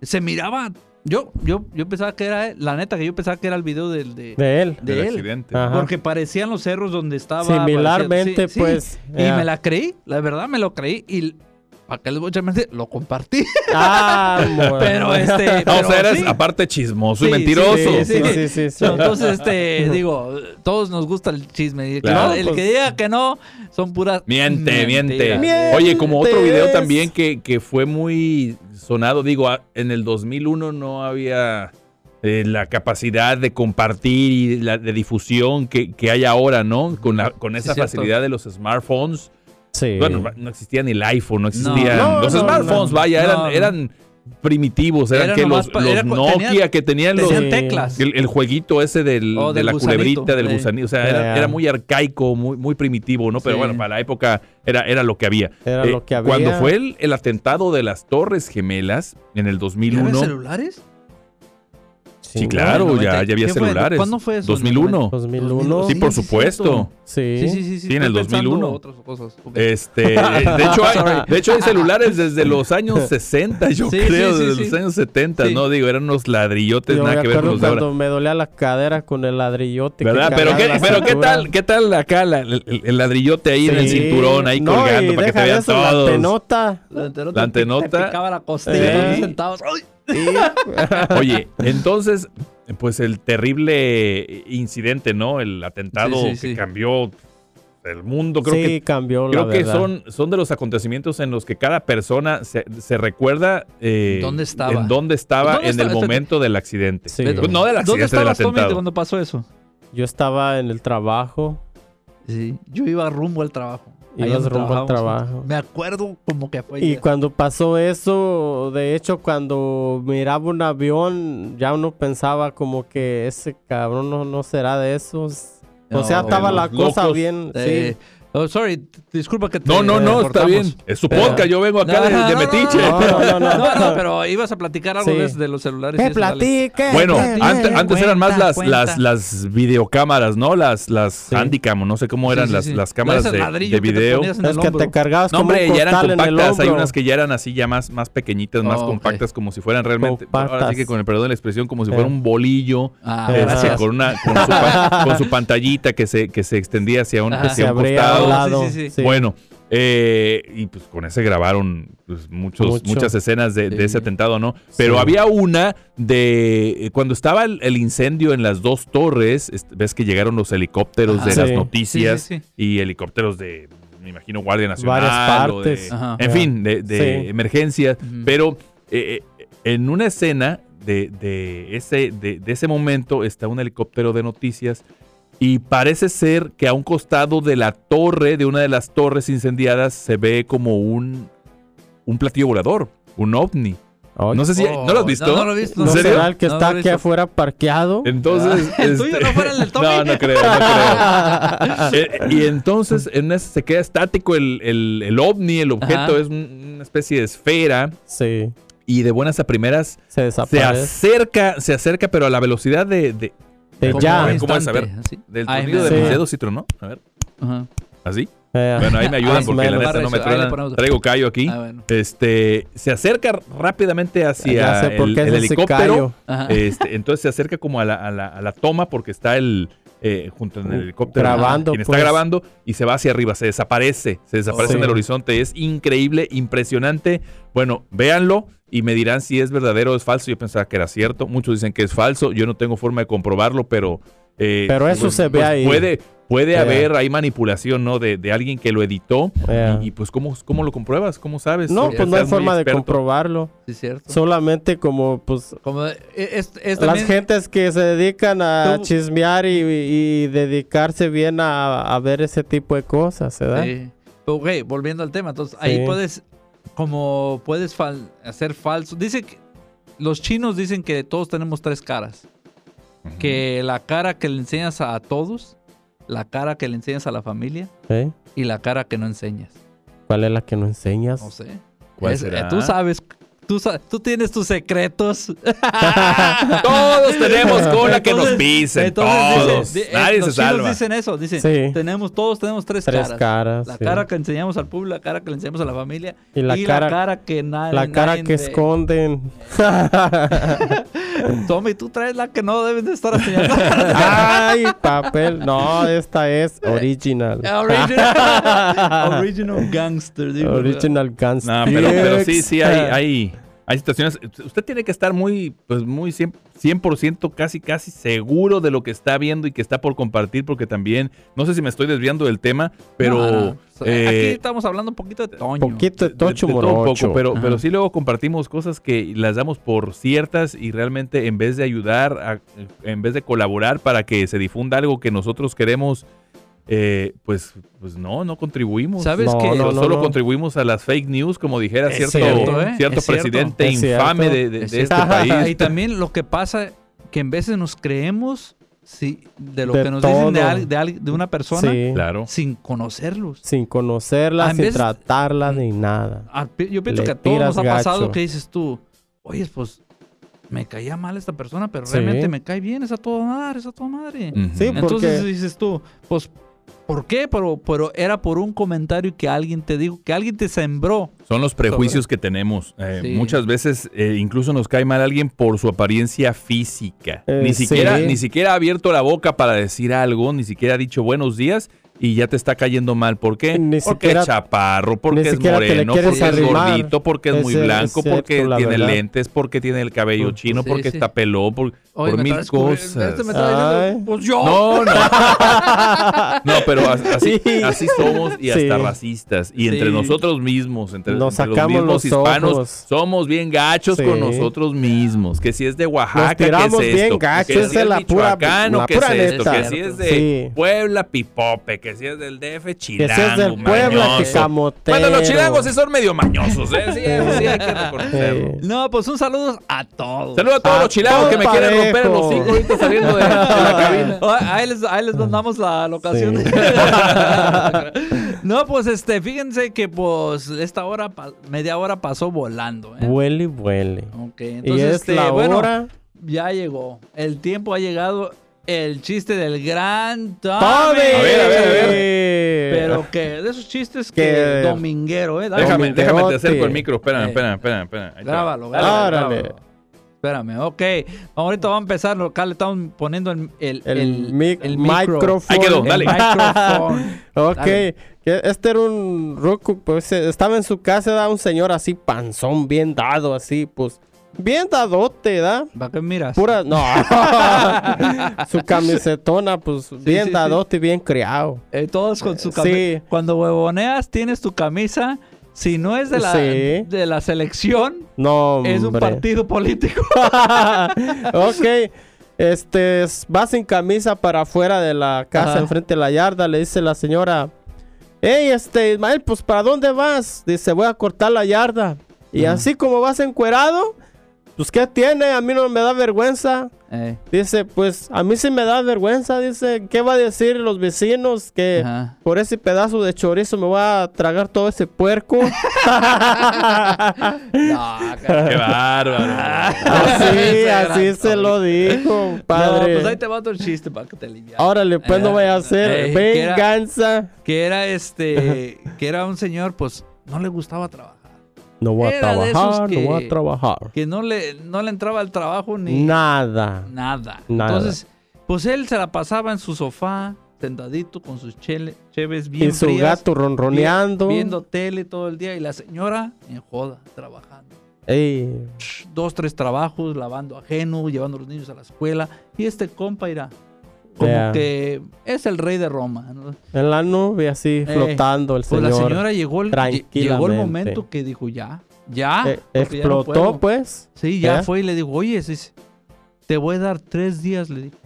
Speaker 1: se miraba. Yo, yo, yo pensaba que era, la neta que yo pensaba que era el video del de,
Speaker 2: De él.
Speaker 1: de
Speaker 3: del
Speaker 1: él.
Speaker 3: accidente.
Speaker 2: Ajá.
Speaker 1: Porque parecían los cerros donde estaba. parecía-
Speaker 2: Similarmente,
Speaker 1: sí, sí.
Speaker 2: pues.
Speaker 1: Y
Speaker 2: ya.
Speaker 1: me la creí, la verdad me lo creí y para que les voy a echar mente, lo compartí.
Speaker 2: Ah, bueno.
Speaker 1: Pero este.
Speaker 3: No,
Speaker 1: pero
Speaker 3: o sea, eres
Speaker 1: sí.
Speaker 3: aparte chismoso
Speaker 1: Sí,
Speaker 3: y
Speaker 1: sí,
Speaker 3: mentiroso.
Speaker 2: Sí,
Speaker 1: Sí.
Speaker 2: sí, sí, sí, sí.
Speaker 1: Entonces, este, digo, todos nos gusta el chisme. y el que
Speaker 3: Claro,
Speaker 1: no- el
Speaker 2: pues.
Speaker 1: que diga que no, son puras.
Speaker 3: Miente, miente,
Speaker 1: mentiras.
Speaker 2: Miente.
Speaker 3: Oye, como otro
Speaker 2: Mientes.
Speaker 3: video también que, que fue muy sonado, digo, a- en el 2001 no había eh, la capacidad de compartir y la, de difusión que, que hay ahora, ¿no? Con, la, con
Speaker 1: Sí,
Speaker 3: esa
Speaker 1: cierto. Eh.
Speaker 3: facilidad de los smartphones.
Speaker 2: Sí.
Speaker 3: Bueno, no existía ni el iPhone, no existían
Speaker 1: No,
Speaker 3: los
Speaker 2: no,
Speaker 3: smartphones,
Speaker 1: no.
Speaker 3: vaya,
Speaker 1: No, no.
Speaker 3: eran, eran primitivos, eran
Speaker 1: Era
Speaker 3: que
Speaker 1: nomás
Speaker 3: los,
Speaker 1: pa-
Speaker 3: los
Speaker 1: era cu-
Speaker 3: Nokia
Speaker 1: tenía-
Speaker 3: que tenían los,
Speaker 1: Tenían
Speaker 2: Sí.
Speaker 1: teclas.
Speaker 3: el, el jueguito ese del,
Speaker 1: Oh,
Speaker 3: de
Speaker 1: del
Speaker 3: la
Speaker 1: gusanito,
Speaker 3: culebrita, del
Speaker 1: sí.
Speaker 3: gusanito. O sea, era,
Speaker 2: Sí.
Speaker 3: era muy arcaico, muy, muy primitivo, ¿no? Pero
Speaker 1: Sí.
Speaker 3: bueno, para la época era, era lo que había.
Speaker 2: Era lo que había.
Speaker 3: Cuando eh, fue el, el atentado de las Torres Gemelas en el
Speaker 1: ¿Ya había
Speaker 3: 2001.
Speaker 1: celulares?
Speaker 3: Sí, claro,
Speaker 1: En el
Speaker 3: ya,
Speaker 1: 90.
Speaker 3: ya había
Speaker 1: ¿Quién fue?
Speaker 3: celulares.
Speaker 1: ¿Cuándo fue eso?
Speaker 3: 2001.
Speaker 2: Pues, 2001.
Speaker 3: Sí, por
Speaker 1: Sí, sí,
Speaker 3: supuesto.
Speaker 1: cierto.
Speaker 2: Sí.
Speaker 1: Sí, sí, sí.
Speaker 3: Sí, en el
Speaker 1: estoy pensando
Speaker 3: 2001.
Speaker 1: Otras cosas. Ok.
Speaker 3: Este, de hecho, hay, de hecho hay celulares desde los años 60, yo
Speaker 1: Sí, sí,
Speaker 3: creo,
Speaker 1: sí,
Speaker 3: desde
Speaker 1: sí.
Speaker 3: los años 70,
Speaker 1: Sí.
Speaker 3: no digo, eran unos ladrillotes
Speaker 2: Yo me
Speaker 3: nada que ver con
Speaker 2: acuerdo
Speaker 3: los de ahora.
Speaker 2: cuando me dolía la cadera con el ladrillote. que
Speaker 3: ¿Verdad? Pero
Speaker 2: cargaba
Speaker 3: qué,
Speaker 2: la
Speaker 3: pero qué
Speaker 2: cintura.
Speaker 3: tal, qué tal acá la- el, el ladrillote ahí en el
Speaker 2: Sí.
Speaker 3: cinturón, ahí
Speaker 2: No,
Speaker 3: colgando
Speaker 2: y
Speaker 3: para que te
Speaker 2: deja
Speaker 3: vean
Speaker 2: eso, la
Speaker 3: todos.
Speaker 2: tenota.
Speaker 1: La antenota.
Speaker 3: La
Speaker 1: te- te
Speaker 3: antenota.
Speaker 1: picaba la costilla
Speaker 2: Eh.
Speaker 1: dos centavos. ¡Ay!
Speaker 3: Oye, entonces, pues el terrible incidente, ¿no? El atentado
Speaker 1: Sí, sí, sí.
Speaker 3: que cambió el mundo, creo
Speaker 2: sí,
Speaker 3: que
Speaker 2: cambió la
Speaker 3: Creo que
Speaker 2: verdad.
Speaker 3: son, son de los acontecimientos en los que cada persona se, se recuerda eh,
Speaker 1: ¿Dónde estaba?
Speaker 3: en dónde estaba
Speaker 1: ¿Dónde
Speaker 3: en
Speaker 1: estaba?
Speaker 3: el momento del accidente.
Speaker 2: Sí.
Speaker 3: Pues no del
Speaker 1: ¿Dónde
Speaker 3: accidente, del
Speaker 1: estabas, Tommy,
Speaker 3: atentado.
Speaker 1: cuando pasó eso?
Speaker 2: Yo estaba en el trabajo.
Speaker 1: Sí, yo iba rumbo al trabajo. Ahí
Speaker 2: Ibas
Speaker 1: donde
Speaker 2: rumbo al
Speaker 1: trabajábamos.
Speaker 2: trabajo.
Speaker 1: Me acuerdo como que fue.
Speaker 2: Y
Speaker 1: ayer.
Speaker 2: cuando pasó eso, de hecho, cuando miraba un avión, ya uno pensaba como que ese cabrón no, no será de esos. O
Speaker 1: No,
Speaker 2: sea, estaba
Speaker 3: de
Speaker 2: la
Speaker 3: los
Speaker 2: cosa
Speaker 3: locos.
Speaker 2: bien.
Speaker 1: Eh, oh, sorry, t- disculpa que te
Speaker 3: No, no, no, está
Speaker 1: cortamos.
Speaker 3: bien. Es su
Speaker 1: Pero-
Speaker 3: podcast, yo vengo acá
Speaker 1: No,
Speaker 3: de, de
Speaker 1: no,
Speaker 3: Metiche.
Speaker 2: No, no,
Speaker 1: No,
Speaker 2: no. no.
Speaker 1: no, pero ibas a platicar algo
Speaker 2: Sí.
Speaker 1: de, de los celulares. y
Speaker 2: Que
Speaker 1: eso, dale.
Speaker 2: platique.
Speaker 3: Bueno,
Speaker 2: que-
Speaker 3: ante-
Speaker 1: eh,
Speaker 3: antes eran más
Speaker 1: cuenta,
Speaker 3: las,
Speaker 1: cuenta.
Speaker 3: las, las videocámaras, ¿no? Las, las handicam, no sé cómo
Speaker 1: Sí,
Speaker 3: eran
Speaker 1: sí,
Speaker 3: las,
Speaker 1: sí.
Speaker 3: las cámaras
Speaker 1: Esas
Speaker 3: de,
Speaker 1: ladrillo
Speaker 3: de
Speaker 1: que te
Speaker 3: video.
Speaker 1: ponías en
Speaker 2: Las
Speaker 1: el
Speaker 2: que
Speaker 1: hombros.
Speaker 2: te cargabas
Speaker 3: No,
Speaker 2: como
Speaker 3: hombre,
Speaker 2: un
Speaker 3: ya eran
Speaker 2: costal en el
Speaker 3: compactas. Hay
Speaker 2: hombro.
Speaker 3: unas que ya eran así, ya más, más pequeñitas, más
Speaker 1: Oh, ok.
Speaker 3: compactas, como si fueran realmente. Ahora sí
Speaker 2: Compactas.
Speaker 3: que con el perdón de la expresión, como si
Speaker 2: Eh.
Speaker 3: fuera un bolillo.
Speaker 1: Ah,
Speaker 2: Eh,
Speaker 3: Este,
Speaker 1: gracias.
Speaker 3: con, una, con, su pa- con su pantallita que se, que se extendía hacia un,
Speaker 1: Ajá.
Speaker 3: hacia
Speaker 2: Se
Speaker 3: un
Speaker 2: abría
Speaker 3: costado.
Speaker 2: al lado.
Speaker 1: Sí, sí, sí.
Speaker 2: sí.
Speaker 3: Bueno, eh, y pues con ese grabaron pues, muchos,
Speaker 2: Mucho.
Speaker 3: muchas escenas de, de
Speaker 1: Sí.
Speaker 3: ese atentado, ¿no? Pero
Speaker 2: Sí.
Speaker 3: había una de eh, cuando estaba el, el incendio en las dos torres, es- ves que llegaron los helicópteros
Speaker 1: Ajá.
Speaker 3: de
Speaker 2: Sí.
Speaker 3: las
Speaker 2: Sí, sí,
Speaker 3: noticias
Speaker 1: sí.
Speaker 3: y helicópteros de, me imagino, Guardia Nacional.
Speaker 2: Varias
Speaker 3: o de-
Speaker 2: partes.
Speaker 1: Ajá. Mm.
Speaker 3: en
Speaker 2: Ya.
Speaker 3: fin, de, de
Speaker 2: Sí.
Speaker 3: emergencias.
Speaker 1: Ujú.
Speaker 3: Pero eh, eh, en una escena de, de ese, de, de ese momento está un helicóptero de noticias y parece ser que a un costado de la torre, de una de las torres incendiadas, se ve como un, un platillo volador, un ovni.
Speaker 2: Ay,
Speaker 3: No sé si...
Speaker 1: Oh,
Speaker 3: ¿No lo has visto?
Speaker 1: No, no lo he visto.
Speaker 2: ¿No
Speaker 3: ¿En serio?
Speaker 2: será el que
Speaker 1: No
Speaker 2: está
Speaker 1: lo he
Speaker 2: aquí
Speaker 1: visto.
Speaker 2: afuera parqueado?
Speaker 3: Entonces...
Speaker 1: Ah, ¿El tuyo
Speaker 3: este-
Speaker 1: no fuera el del Tommy?
Speaker 3: No, no creo, no creo. Eh, y entonces en ese se queda estático el, el- el ovni, el objeto,
Speaker 1: Ajá.
Speaker 3: es un- una especie de esfera
Speaker 2: Sí,
Speaker 3: y de buenas a primeras
Speaker 2: se
Speaker 3: se
Speaker 2: desaparece.
Speaker 3: acerca, se acerca, pero a la velocidad de, de-
Speaker 2: De
Speaker 1: Como
Speaker 2: ya.
Speaker 1: un
Speaker 3: ¿Cómo es? A ver.
Speaker 1: instante, así.
Speaker 3: del
Speaker 1: Ay,
Speaker 3: sonido
Speaker 1: me-
Speaker 3: de
Speaker 2: Sí.
Speaker 3: mis dedos y tronó. A ver,
Speaker 1: Ajá.
Speaker 3: así.
Speaker 2: Eh,
Speaker 3: Bueno, ahí me ayudan
Speaker 2: Más
Speaker 3: porque la
Speaker 2: menos.
Speaker 3: neta no me
Speaker 1: Ahí le
Speaker 3: truena.
Speaker 1: ponemos-
Speaker 3: Traigo callo aquí.
Speaker 1: Ah, bueno.
Speaker 3: Este, se acerca rápidamente
Speaker 2: ya
Speaker 3: hacia
Speaker 2: sé por
Speaker 3: el,
Speaker 2: qué
Speaker 3: el
Speaker 2: es ese
Speaker 3: helicóptero.
Speaker 2: callo.
Speaker 1: Ajá.
Speaker 3: Este, entonces se acerca como a la, a la- a la toma porque está el eh, junto en el helicóptero.
Speaker 2: Grabando,
Speaker 3: Quien está
Speaker 2: pues.
Speaker 3: grabando y se va hacia arriba, se desaparece, se desaparece
Speaker 2: Sí.
Speaker 3: en el horizonte. Es increíble, impresionante. Bueno, véanlo y me dirán si es verdadero o es falso. Yo pensaba que era cierto. Muchos dicen que es falso. Yo no tengo forma de comprobarlo, pero. eh,
Speaker 2: Pero eso se ve ahí.
Speaker 3: Puede, puede
Speaker 2: Yeah.
Speaker 3: haber, hay manipulación, ¿no? De, de alguien que lo editó.
Speaker 2: eh.
Speaker 3: Y, y, pues, ¿cómo, ¿cómo lo compruebas? ¿Cómo sabes?
Speaker 2: No,
Speaker 3: Aunque
Speaker 2: pues no hay
Speaker 3: seas muy
Speaker 2: forma de
Speaker 3: experto.
Speaker 2: comprobarlo.
Speaker 1: Sí, cierto.
Speaker 2: Solamente como, pues,
Speaker 1: Como, eh, es, es
Speaker 2: las
Speaker 1: también-
Speaker 2: gentes que se dedican a
Speaker 1: Tú-
Speaker 2: chismear y, y dedicarse bien a, a ver ese tipo de cosas, ¿verdad?
Speaker 1: Sí. Ok, volviendo al tema. Entonces, ahí
Speaker 2: Sí.
Speaker 1: puedes, como puedes fal- hacer falso. Dice que los chinos dicen que todos tenemos tres caras.
Speaker 3: Ujú.
Speaker 1: Que la cara que le enseñas a todos, la cara que le enseñas a la familia
Speaker 2: ¿Eh?
Speaker 1: y la cara que no enseñas.
Speaker 2: ¿Cuál es la que no enseñas?
Speaker 1: No sé.
Speaker 3: ¿Cuál
Speaker 1: Es- eh,
Speaker 3: será?
Speaker 1: Tú sabes, tú, sa- tú tienes tus secretos.
Speaker 3: Todos tenemos cola que nos
Speaker 1: Entonces-
Speaker 3: pisen.
Speaker 1: Entonces,
Speaker 3: todos.
Speaker 1: dice- di- eh,
Speaker 3: Nadie
Speaker 1: los
Speaker 3: se
Speaker 1: chinos
Speaker 3: salva.
Speaker 1: dicen eso. Dicen,
Speaker 2: Sí.
Speaker 1: tenemos, todos tenemos tres,
Speaker 2: Tres
Speaker 1: caras.
Speaker 2: caras.
Speaker 1: La
Speaker 2: sí.
Speaker 1: cara que enseñamos al público, la cara que le enseñamos a la familia
Speaker 2: y la cara, la cara,
Speaker 1: que nadie.
Speaker 2: que
Speaker 1: nadie-
Speaker 2: esconden.
Speaker 1: Tommy, tú traes la que no deben de estar enseñando.
Speaker 2: Ay, papel. No, esta es original.
Speaker 1: Original, original gangster, digo.
Speaker 2: Original Guns.
Speaker 3: No, pero, pero sí, sí, hay,
Speaker 2: Pigs.
Speaker 3: hay, hay situaciones. Usted tiene que estar muy, pues muy 100%, 100% casi, casi seguro de lo que está viendo y que está por compartir, porque también, no sé si me estoy desviando del tema, pero...
Speaker 1: No, no. Aquí
Speaker 3: eh,
Speaker 1: estamos hablando un poquito de Toño.
Speaker 2: Poquito de tocho
Speaker 3: de- de todo un
Speaker 2: morocho.
Speaker 3: poco, pero,
Speaker 1: Ajá.
Speaker 3: pero sí luego compartimos cosas que las damos por ciertas y realmente en vez de ayudar, a- en vez de colaborar para que se difunda algo que nosotros queremos, eh, pues, pues no, no contribuimos.
Speaker 1: ¿Sabes
Speaker 2: No,
Speaker 1: qué?
Speaker 2: no,
Speaker 3: Solo-
Speaker 2: no.
Speaker 3: solo contribuimos a las fake news, como dijera
Speaker 1: Es
Speaker 3: cierto,
Speaker 1: cierto, ¿eh?
Speaker 3: cierto
Speaker 1: Es cierto.
Speaker 3: presidente
Speaker 2: Es cierto.
Speaker 3: infame de, de-
Speaker 1: Es
Speaker 3: de este
Speaker 2: cierto.
Speaker 3: país.
Speaker 1: Y también lo que pasa que en veces nos creemos sí, de lo
Speaker 2: De
Speaker 1: que nos dicen de,
Speaker 2: todo.
Speaker 1: al- de al- de una persona
Speaker 2: Sí.
Speaker 3: Claro.
Speaker 1: sin conocerlos.
Speaker 2: Sin
Speaker 1: Ah,
Speaker 2: conocerla,
Speaker 1: en
Speaker 2: sin
Speaker 1: vez-
Speaker 2: tratarla
Speaker 1: Mm.
Speaker 2: ni nada.
Speaker 1: A- pi- Yo pienso
Speaker 2: Le
Speaker 1: que a todos nos ha
Speaker 2: tiras
Speaker 1: pasado
Speaker 2: gacho.
Speaker 1: que dices tú, oye, pues me caía mal esta persona, pero
Speaker 2: Sí. Mm.
Speaker 1: realmente me cae bien, es a toda madre, es a toda madre.
Speaker 3: Ujú.
Speaker 2: Sí, porque-
Speaker 1: Entonces dices tú, pues, ¿por qué? Pero, pero era por un comentario que alguien te dijo, que alguien te sembró.
Speaker 3: Son los prejuicios que tenemos. Eh,
Speaker 1: Sí.
Speaker 3: Muchas veces eh, incluso nos cae mal alguien por su apariencia física.
Speaker 2: Eh,
Speaker 3: ni,
Speaker 2: sí.
Speaker 3: siquiera, ni siquiera ha abierto la boca para decir algo, ni siquiera ha dicho buenos días y ya te está cayendo mal. ¿Por qué?
Speaker 2: Ni
Speaker 3: porque
Speaker 2: siquiera-
Speaker 3: es chaparro, porque
Speaker 2: ni
Speaker 3: es
Speaker 2: siquiera te le
Speaker 3: moreno,
Speaker 2: quieres
Speaker 3: porque es
Speaker 2: arrimar.
Speaker 3: gordito, porque es,
Speaker 2: Es
Speaker 3: muy
Speaker 2: cierto,
Speaker 3: blanco,
Speaker 2: es
Speaker 3: porque
Speaker 2: cierto, la
Speaker 3: tiene
Speaker 2: verdad.
Speaker 3: lentes, porque tiene el cabello
Speaker 2: Mm,
Speaker 3: chino,
Speaker 1: sí,
Speaker 3: porque
Speaker 1: sí.
Speaker 3: está pelón, por,
Speaker 1: Oye,
Speaker 3: por
Speaker 1: me
Speaker 3: mil
Speaker 1: está descubri-
Speaker 3: cosas.
Speaker 1: este me está diciendo,
Speaker 2: Ay.
Speaker 1: pues yo.
Speaker 3: No, no. No, pero as- así,
Speaker 2: Sí.
Speaker 3: así somos
Speaker 2: Sí.
Speaker 3: y hasta racistas. Y entre
Speaker 1: Sí.
Speaker 3: nosotros mismos, entre,
Speaker 2: Nos
Speaker 3: entre
Speaker 2: sacamos
Speaker 3: los
Speaker 2: los
Speaker 3: mismos hispanos,
Speaker 2: ojos.
Speaker 3: somos bien gachos
Speaker 2: Sí.
Speaker 3: con nosotros mismos. Que si es de
Speaker 2: Nos
Speaker 3: Oaxaca, que es
Speaker 2: tiramos bien
Speaker 3: esto,
Speaker 2: gachos,
Speaker 3: que
Speaker 2: esa
Speaker 3: si es
Speaker 2: es la pura,
Speaker 3: michoacano,
Speaker 2: la
Speaker 3: que es
Speaker 2: pura
Speaker 3: esto,
Speaker 2: neta.
Speaker 3: que si es de
Speaker 2: Sí.
Speaker 3: Puebla, pipope, que si es del DF,
Speaker 2: Que
Speaker 3: chilango,
Speaker 2: si es del Puebla, que
Speaker 3: mañoso.
Speaker 2: camotero.
Speaker 3: Bueno, los chilangos sí son medio mañosos, ¿eh? Sí, eso sí hay que
Speaker 2: Sí.
Speaker 3: reconocerlo.
Speaker 1: No, pues un saludo a todos.
Speaker 3: Saludos a todos
Speaker 2: A
Speaker 3: los chilangos
Speaker 2: todo
Speaker 3: que me quieren romper los
Speaker 2: parejo.
Speaker 3: hocico ahorita saliendo de, de la cabina.
Speaker 1: Ah, Ahí les, ahí les mandamos la locación.
Speaker 2: Sí.
Speaker 1: no, pues este, fíjense que pues esta hora, pa- media hora pasó volando. ¿eh?
Speaker 2: Vuele y vuele.
Speaker 1: Ok,
Speaker 2: Y
Speaker 1: entonces,
Speaker 2: es
Speaker 1: este,
Speaker 2: la
Speaker 1: bueno,
Speaker 2: hora.
Speaker 1: ya llegó. El tiempo ha llegado. El chiste del gran Tommy.
Speaker 2: ¡Tommy!
Speaker 3: A ver, a ver, a
Speaker 1: Pero que de esos chistes que,
Speaker 2: Que-
Speaker 1: dominguero, ¿eh? Dale,
Speaker 3: Déjame, déjame, te
Speaker 2: Dominguerote.
Speaker 3: acerco el micro. Espérame,
Speaker 1: Eh.
Speaker 3: espérame, espérame. espérame. Ahí te va.
Speaker 1: Grábalo, grábalo.
Speaker 2: Árale.
Speaker 1: grábalo. Espérame, ok. Ahorita va a empezar, acá le estamos poniendo el, el,
Speaker 2: El,
Speaker 1: el-
Speaker 2: mic-
Speaker 1: el micro.
Speaker 2: micrófono.
Speaker 3: Ahí quedó,
Speaker 1: El
Speaker 3: dale.
Speaker 1: micrófono.
Speaker 2: Ok,
Speaker 1: Dale.
Speaker 2: que este era un ruco, pues eh, estaba en su casa, da un señor así panzón, bien dado, así, pues, bien dadote, ¿da?
Speaker 1: ¿Para qué miras?
Speaker 2: Pura, no, su camisetona, pues, bien
Speaker 1: sí, sí.
Speaker 2: dadote, bien criado.
Speaker 1: Eh, todos con su
Speaker 2: Sí.
Speaker 1: camisa. Cuando huevoneas, tienes tu camisa. Si no es de la,
Speaker 2: Sí.
Speaker 1: de la selección,
Speaker 2: No,
Speaker 1: es un
Speaker 2: hombre.
Speaker 1: partido político.
Speaker 2: ok, este, s- va sin camisa para afuera de la casa,
Speaker 1: Ajá.
Speaker 2: enfrente de la yarda, le dice la señora, hey, este, Ismael, pues, ¿para dónde vas? Dice, voy a cortar la yarda. Y
Speaker 1: Ajá.
Speaker 2: así como vas encuerado, pues, ¿qué tiene? A mí no me da vergüenza.
Speaker 1: Eh,
Speaker 2: Dice, pues, a mí sí me da vergüenza, dice, ¿qué va a decir los vecinos que...
Speaker 1: Eh, ajá.
Speaker 2: Por ese pedazo de chorizo me voy a tragar todo ese puerco.
Speaker 1: No, cara.
Speaker 3: Qué bárbaro.
Speaker 2: así,
Speaker 1: Ese
Speaker 2: así
Speaker 1: gran
Speaker 2: se lo dijo, padre.
Speaker 1: No, pues ahí te va otro chiste para que te alivias.
Speaker 2: Órale, pues
Speaker 1: Eh,
Speaker 2: no vaya a hacer
Speaker 1: eh, que era-
Speaker 2: venganza.
Speaker 1: Que era este, que era un señor, pues no le gustaba trabajar.
Speaker 2: No voy a
Speaker 1: Era de esos
Speaker 2: trabajar, no voy
Speaker 1: que-
Speaker 2: a trabajar.
Speaker 1: Que no le, no le entraba al trabajo ni
Speaker 2: Nada.
Speaker 1: nada.
Speaker 2: Nada.
Speaker 1: Entonces, pues él se la pasaba en su sofá, sentadito con sus chele- cheves bien
Speaker 2: Y su
Speaker 1: frías,
Speaker 2: gato ronroneando.
Speaker 1: vi- viendo tele todo el día y la señora en joda, trabajando.
Speaker 2: Ey,
Speaker 1: Dos, tres trabajos, lavando ajeno, llevando a los niños a la escuela. Y este compa irá. Como
Speaker 2: Yeah.
Speaker 1: que es el rey de Roma. ¿no?
Speaker 2: en la nube así flotando el
Speaker 1: Pues
Speaker 2: señor.
Speaker 1: la señora llegó el, lle- llegó el
Speaker 2: tranquilamente.
Speaker 1: momento que dijo ya, ya.
Speaker 2: Eh,
Speaker 1: porque ya no
Speaker 2: explotó
Speaker 1: puedo".
Speaker 2: pues.
Speaker 1: Sí, ya
Speaker 2: ¿Eh?
Speaker 1: fue y le dijo, oye, sí, sí, te voy a dar tres días, le dijo.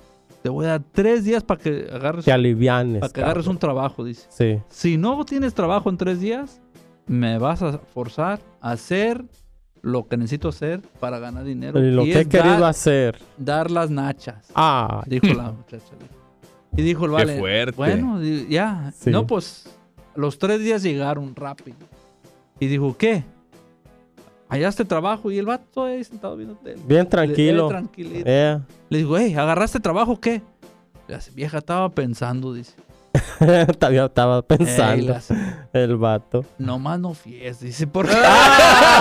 Speaker 1: Te voy a dar tres días para que agarres,
Speaker 2: Te alivianes.
Speaker 1: para que agarres un
Speaker 2: cabrón.
Speaker 1: trabajo, dice.
Speaker 2: Sí.
Speaker 1: Si no tienes trabajo en tres días, me vas a forzar a hacer lo que necesito hacer para ganar dinero.
Speaker 2: Y lo
Speaker 1: y
Speaker 2: que he
Speaker 1: es dar-
Speaker 2: querido hacer.
Speaker 1: dar las nachas.
Speaker 2: Ah,
Speaker 1: Dijo la muchacha. Y dijo el
Speaker 3: Qué
Speaker 1: vale.
Speaker 3: fuerte.
Speaker 1: Bueno, di- ya.
Speaker 2: Sí.
Speaker 1: No, pues los tres días llegaron rápido. Y dijo, ¿qué? Hallaste trabajo y el vato ahí sentado viendo tele. Le,
Speaker 2: bien
Speaker 1: eh,
Speaker 2: tranquilo.
Speaker 1: tranquilito.
Speaker 2: Eh.
Speaker 1: Le digo, hey, ¿agarraste trabajo o qué? La vieja estaba pensando, dice.
Speaker 2: Todavía estaba
Speaker 1: Ey,
Speaker 2: pensando
Speaker 1: las-
Speaker 2: el vato.
Speaker 1: nomás no fies, dice. Porque,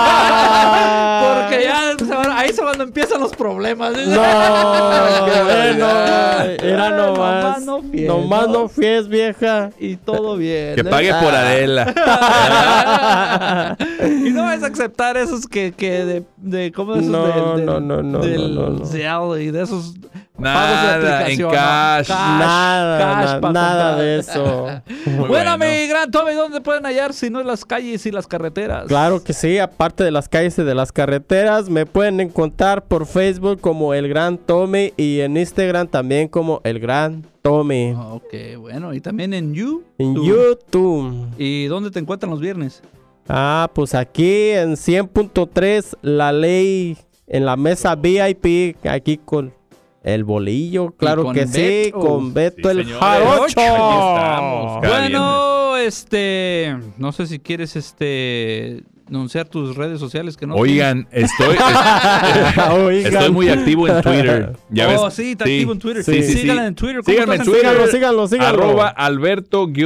Speaker 1: porque ya se van- ahí es cuando empiezan los problemas. dice.
Speaker 2: Ah. No,
Speaker 3: Qué
Speaker 2: eh, no,
Speaker 3: barbaridad.
Speaker 2: era
Speaker 1: Eh,
Speaker 2: nomás.
Speaker 1: nomás no fies,
Speaker 2: Nomás
Speaker 1: ¿no?
Speaker 2: no fies, vieja.
Speaker 1: Y todo bien.
Speaker 3: Que
Speaker 1: ¿eh?
Speaker 3: pague por Adela.
Speaker 1: y no, puedes aceptar esos que, que de, de ¿cómo esos
Speaker 2: No,
Speaker 1: del- del-
Speaker 2: no, no, no,
Speaker 1: del
Speaker 2: no, no, no.
Speaker 1: Zelle y de esos
Speaker 3: Nada,
Speaker 1: pagos de aplicación.
Speaker 3: en cash.
Speaker 2: nada, na-
Speaker 1: pa'
Speaker 2: nada
Speaker 1: comprar.
Speaker 2: de eso.
Speaker 3: Muy
Speaker 1: Bueno,
Speaker 3: bueno.
Speaker 1: mi gran Tommy, ¿dónde pueden hallar si no en las calles y las carreteras?
Speaker 2: Claro que sí, aparte de las calles y de las carreteras, me pueden encontrar por Facebook como El Gran Tommy y en Instagram también como El Gran Tommy.
Speaker 1: Ok, bueno, y también en You.
Speaker 2: En
Speaker 1: tú.
Speaker 2: YouTube.
Speaker 1: ¿Y dónde te encuentran los viernes?
Speaker 2: Ah, pues aquí en 100.3 la ley en la mesa VIP, aquí con el bolillo, claro
Speaker 1: con
Speaker 2: que sí,
Speaker 1: Beto.
Speaker 2: con Beto
Speaker 3: Sí,
Speaker 2: el
Speaker 3: señores.
Speaker 2: jarocho.
Speaker 3: Aquí estamos, Cada
Speaker 1: bueno, este, no sé si quieres, este, anunciar tus redes sociales que no.
Speaker 3: Oigan, estoy,
Speaker 2: Oigan.
Speaker 3: estoy muy activo en Twitter. ¿Ya
Speaker 1: oh,
Speaker 3: ves?
Speaker 1: sí, está activo en Twitter.
Speaker 3: Sí,
Speaker 1: Sí,
Speaker 3: sí, sí.
Speaker 1: Síganla en Twitter. ¿Cómo
Speaker 3: Síganme
Speaker 1: estás
Speaker 3: en Twitter.
Speaker 2: Síganlo, síganlo, síganlo.
Speaker 3: Arroba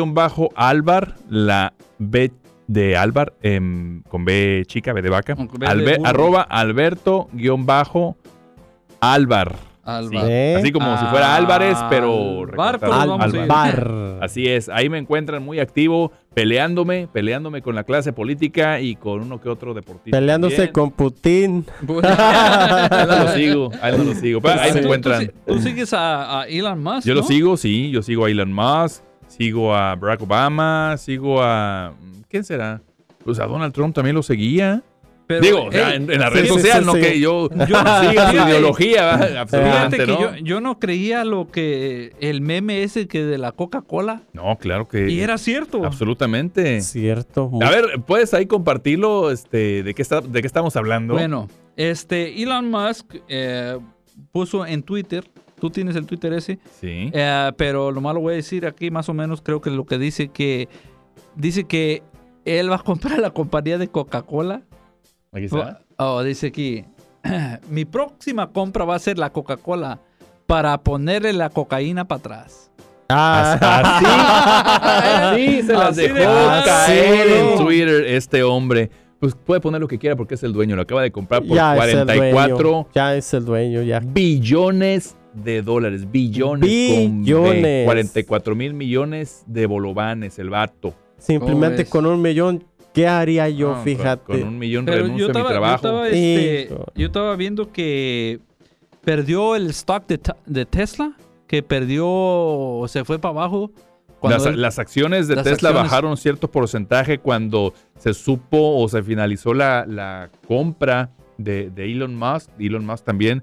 Speaker 3: Alberto-Álvar, la B de Álvar, em, con B chica, B de vaca.
Speaker 1: Con B de
Speaker 3: Albe-
Speaker 1: burro.
Speaker 3: arroba Alberto-Álvar.
Speaker 1: Alba.
Speaker 2: Sí. ¿Eh?
Speaker 3: Así como si fuera Álvarez, pero...
Speaker 1: Alvar, pero
Speaker 3: recortado.
Speaker 1: Ah, vamos a ir.
Speaker 2: Al
Speaker 1: Álvaro.
Speaker 2: bar.
Speaker 3: Así es, ahí me encuentran muy activo, peleándome, peleándome con la clase política y con uno que otro deportista.
Speaker 2: Peleándose
Speaker 3: también.
Speaker 2: con Putin.
Speaker 3: Ahí no lo sigo, ahí no lo sigo. pero ahí
Speaker 1: Tú-
Speaker 3: me
Speaker 1: tú
Speaker 3: encuentran.
Speaker 1: si- Tú, sigues a, a Elon Musk.
Speaker 3: Yo
Speaker 1: ¿no?
Speaker 3: lo sigo, sí, yo sigo a Elon Musk, sigo a Barack Obama, sigo a... ¿Quién será? Pues a Donald Trump también lo seguía.
Speaker 1: Pero,
Speaker 3: Digo, o sea,
Speaker 1: ey,
Speaker 3: en, en la
Speaker 2: sí,
Speaker 3: red
Speaker 2: sí,
Speaker 3: social,
Speaker 2: sí,
Speaker 3: no
Speaker 2: sí.
Speaker 3: que yo,
Speaker 1: Yo-
Speaker 3: siga su
Speaker 1: Fíjate-
Speaker 3: ideología, ¿verdad?
Speaker 1: fíjate
Speaker 3: absolutamente,
Speaker 1: que
Speaker 3: ¿no?
Speaker 1: yo, yo no creía lo que el meme ese que de la Coca-Cola.
Speaker 3: No, claro que...
Speaker 1: Y era cierto.
Speaker 3: Absolutamente.
Speaker 2: Cierto. muy-
Speaker 3: A ver, ¿puedes ahí compartirlo este, de, qué está, de qué estamos hablando?
Speaker 1: Bueno, este Elon Musk eh, puso en Twitter, tú tienes el Twitter ese,
Speaker 3: Sí.
Speaker 1: eh, pero lo malo voy a decir aquí más o menos creo que lo que dice que dice que él va a comprar la compañía de Coca-Cola.
Speaker 3: Aquí está.
Speaker 1: Oh, dice aquí, mi próxima compra va a ser la Coca-Cola para ponerle la cocaína para atrás.
Speaker 2: Ah,
Speaker 3: Así se las
Speaker 1: Así de
Speaker 3: dejó
Speaker 1: claro.
Speaker 3: caer en
Speaker 2: Sí.
Speaker 3: Twitter este hombre. Pues puede poner lo que quiera porque es el dueño. Lo acaba de comprar por
Speaker 2: ya es el
Speaker 3: 44
Speaker 2: dueño. Ya es el dueño, ya.
Speaker 3: billones de dólares. Billones. con eh, B.
Speaker 2: Billones.
Speaker 3: 44 mil millones de bolovanes el vato.
Speaker 2: Simplemente
Speaker 1: ves?
Speaker 2: con un millón, ¿qué haría yo?
Speaker 3: No, con-
Speaker 2: fíjate.
Speaker 3: Con, un millón
Speaker 1: Ah, Pero yo
Speaker 3: renuncio a
Speaker 1: estaba,
Speaker 3: mi
Speaker 1: yo
Speaker 3: trabajo.
Speaker 1: estaba, este,
Speaker 2: Hijo.
Speaker 1: yo estaba viendo que perdió el stock de, Te- de Tesla, que perdió, se fue para abajo. cuando
Speaker 3: Las,
Speaker 1: él-
Speaker 3: las acciones de
Speaker 1: las
Speaker 3: Tesla
Speaker 1: acciones-
Speaker 3: bajaron cierto porcentaje cuando se supo o se finalizó la, la compra de, de Elon Musk. Elon Musk también.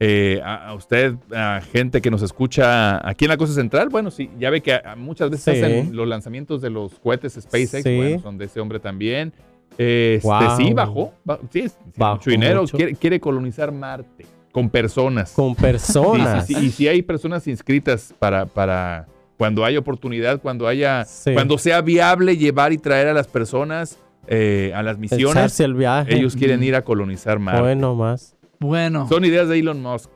Speaker 3: Eh, a, a usted, a gente que nos escucha aquí en la Cosa Central, bueno, sí, ya ve que a- a muchas veces
Speaker 2: Sí.
Speaker 3: hacen los lanzamientos de los cohetes SpaceX,
Speaker 2: Sí.
Speaker 3: bueno, son de ese hombre también. Eh, este,
Speaker 2: Wow.
Speaker 3: Sí, bajó. ba- sí, es- sí,
Speaker 2: Bajó
Speaker 3: mucho dinero.
Speaker 2: mucho.
Speaker 3: Quiere, quiere colonizar Marte con personas.
Speaker 2: Con
Speaker 3: Sí,
Speaker 2: personas.
Speaker 3: sí, sí, Y si hay personas inscritas para, para cuando haya oportunidad, cuando haya,
Speaker 2: Sí.
Speaker 3: cuando sea viable llevar y traer a las personas eh, a las misiones,
Speaker 2: Echarse el viaje.
Speaker 3: ellos quieren ir a colonizar Marte.
Speaker 2: Bueno, más.
Speaker 1: bueno,
Speaker 3: Son ideas de Elon Musk.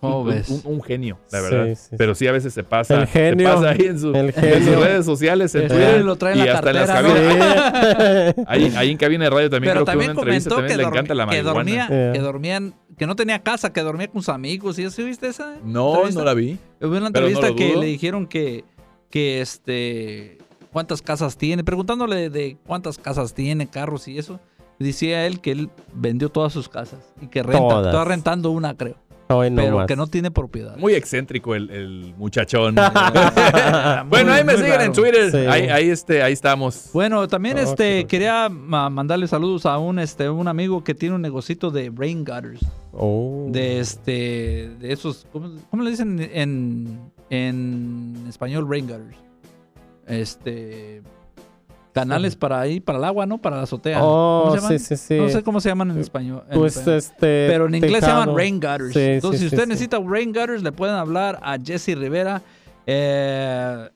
Speaker 1: ¿cómo
Speaker 3: Un,
Speaker 1: ves?
Speaker 3: un- un genio, la
Speaker 2: Sí,
Speaker 3: verdad.
Speaker 2: sí, sí.
Speaker 3: Pero sí a veces se pasa.
Speaker 2: El genio,
Speaker 3: Se pasa ahí en, su-
Speaker 2: el
Speaker 3: en
Speaker 2: genio.
Speaker 3: sus redes sociales, en
Speaker 1: El
Speaker 3: Twitter
Speaker 1: genio lo trae en
Speaker 3: y
Speaker 1: la
Speaker 3: hasta en las
Speaker 1: cartera, ¿no?
Speaker 3: cabinas.
Speaker 2: Sí.
Speaker 3: Ahí, ahí en cabina de radio también
Speaker 1: Pero
Speaker 3: creo que
Speaker 1: también
Speaker 3: una entrevista
Speaker 1: comentó que,
Speaker 3: también le
Speaker 1: dormi-
Speaker 3: encanta la
Speaker 1: que
Speaker 3: marihuana.
Speaker 1: dormía,
Speaker 2: Yeah.
Speaker 1: que dormían, que no tenía casa, que dormía con sus amigos. ¿Y eso viste esa?
Speaker 3: No,
Speaker 1: entrevista?
Speaker 3: no la vi.
Speaker 1: Hubo una
Speaker 3: Pero no
Speaker 1: entrevista
Speaker 3: lo
Speaker 1: que
Speaker 3: dudo.
Speaker 1: le dijeron que, que este, cuántas casas tiene, preguntándole de cuántas casas tiene, carros y eso. Decía él que él vendió todas sus casas y que renta,
Speaker 2: Todas.
Speaker 1: está rentando una, creo,
Speaker 2: Hoy no
Speaker 1: pero
Speaker 2: más.
Speaker 1: que no tiene propiedad.
Speaker 3: Muy excéntrico el, el muchachón.
Speaker 1: Muy-
Speaker 3: Bueno, ahí me
Speaker 1: muy
Speaker 3: siguen
Speaker 1: raro.
Speaker 3: en Twitter.
Speaker 2: Sí.
Speaker 3: Ahí, ahí, este, ahí estamos.
Speaker 1: Bueno, también
Speaker 2: Oh, qué
Speaker 1: este
Speaker 2: bueno.
Speaker 1: quería ma- mandarle saludos a un este un amigo que tiene un negocito de rain gutters,
Speaker 2: Oh.
Speaker 1: de este de esos ¿cómo, cómo le dicen en, en español rain gutters? Este canales para ahí para el agua, ¿no? Para la azotea.
Speaker 2: Oh,
Speaker 1: ¿Cómo se
Speaker 2: sí,
Speaker 1: llaman?
Speaker 2: sí, sí.
Speaker 1: No sé cómo se llaman en español. en
Speaker 2: Pues
Speaker 1: español.
Speaker 2: este.
Speaker 1: Pero en inglés se llaman
Speaker 2: tejado.
Speaker 1: rain gutters.
Speaker 2: Sí, sí,
Speaker 1: Entonces,
Speaker 2: sí,
Speaker 1: si usted
Speaker 2: sí.
Speaker 1: necesita rain gutters, le pueden hablar a Jesse Rivera. Eh,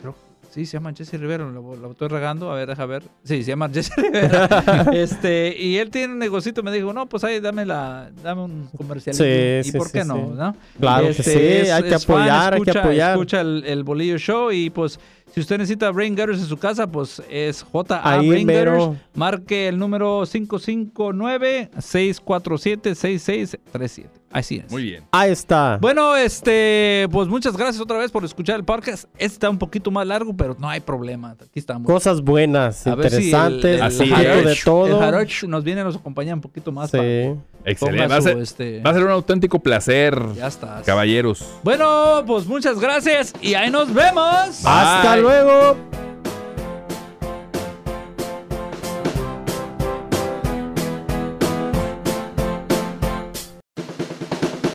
Speaker 1: creo- sí, se llama Jesse Rivera. Lo, lo estoy regando. A ver, deja ver. Sí, se llama Jesse Rivera. este, y él tiene un negocito. Me dijo, no, pues ahí dame, la, dame un comercial.
Speaker 2: Sí,
Speaker 1: ¿Y
Speaker 2: sí,
Speaker 1: por
Speaker 2: sí,
Speaker 1: qué
Speaker 2: sí.
Speaker 1: no? ¿no?
Speaker 2: Claro
Speaker 1: Este,
Speaker 2: que sí,
Speaker 1: es-
Speaker 2: hay que
Speaker 1: es fan,
Speaker 2: apoyar, hay que
Speaker 1: escucha-
Speaker 2: apoyar.
Speaker 1: Escucha el, el Bolillo Show y pues si usted necesita Brain Gutters en su casa, pues es J.A.
Speaker 2: Ahí
Speaker 1: Brain
Speaker 2: mero.
Speaker 1: Gutters. Marque el número 559-647-6637. Así es.
Speaker 3: Muy bien.
Speaker 2: Ahí está.
Speaker 1: Bueno, este, pues muchas gracias otra vez por escuchar el podcast. Este está un poquito más largo, pero no hay problema. Aquí estamos.
Speaker 2: Cosas buenas,
Speaker 1: A ver si
Speaker 2: interesantes,
Speaker 1: el-
Speaker 3: el
Speaker 2: un poquito
Speaker 3: jarocho-
Speaker 2: de
Speaker 1: El
Speaker 2: todo.
Speaker 1: Jaroch nos viene, nos acompaña un poquito más. para-
Speaker 2: Sí.
Speaker 3: Excelente.
Speaker 1: ponga
Speaker 3: Va a,
Speaker 1: su,
Speaker 3: ser,
Speaker 1: este,
Speaker 3: va a ser un auténtico placer,
Speaker 1: ya está.
Speaker 3: caballeros.
Speaker 1: Bueno, pues muchas gracias y ahí nos vemos.
Speaker 2: Hasta
Speaker 3: Bye.
Speaker 2: luego.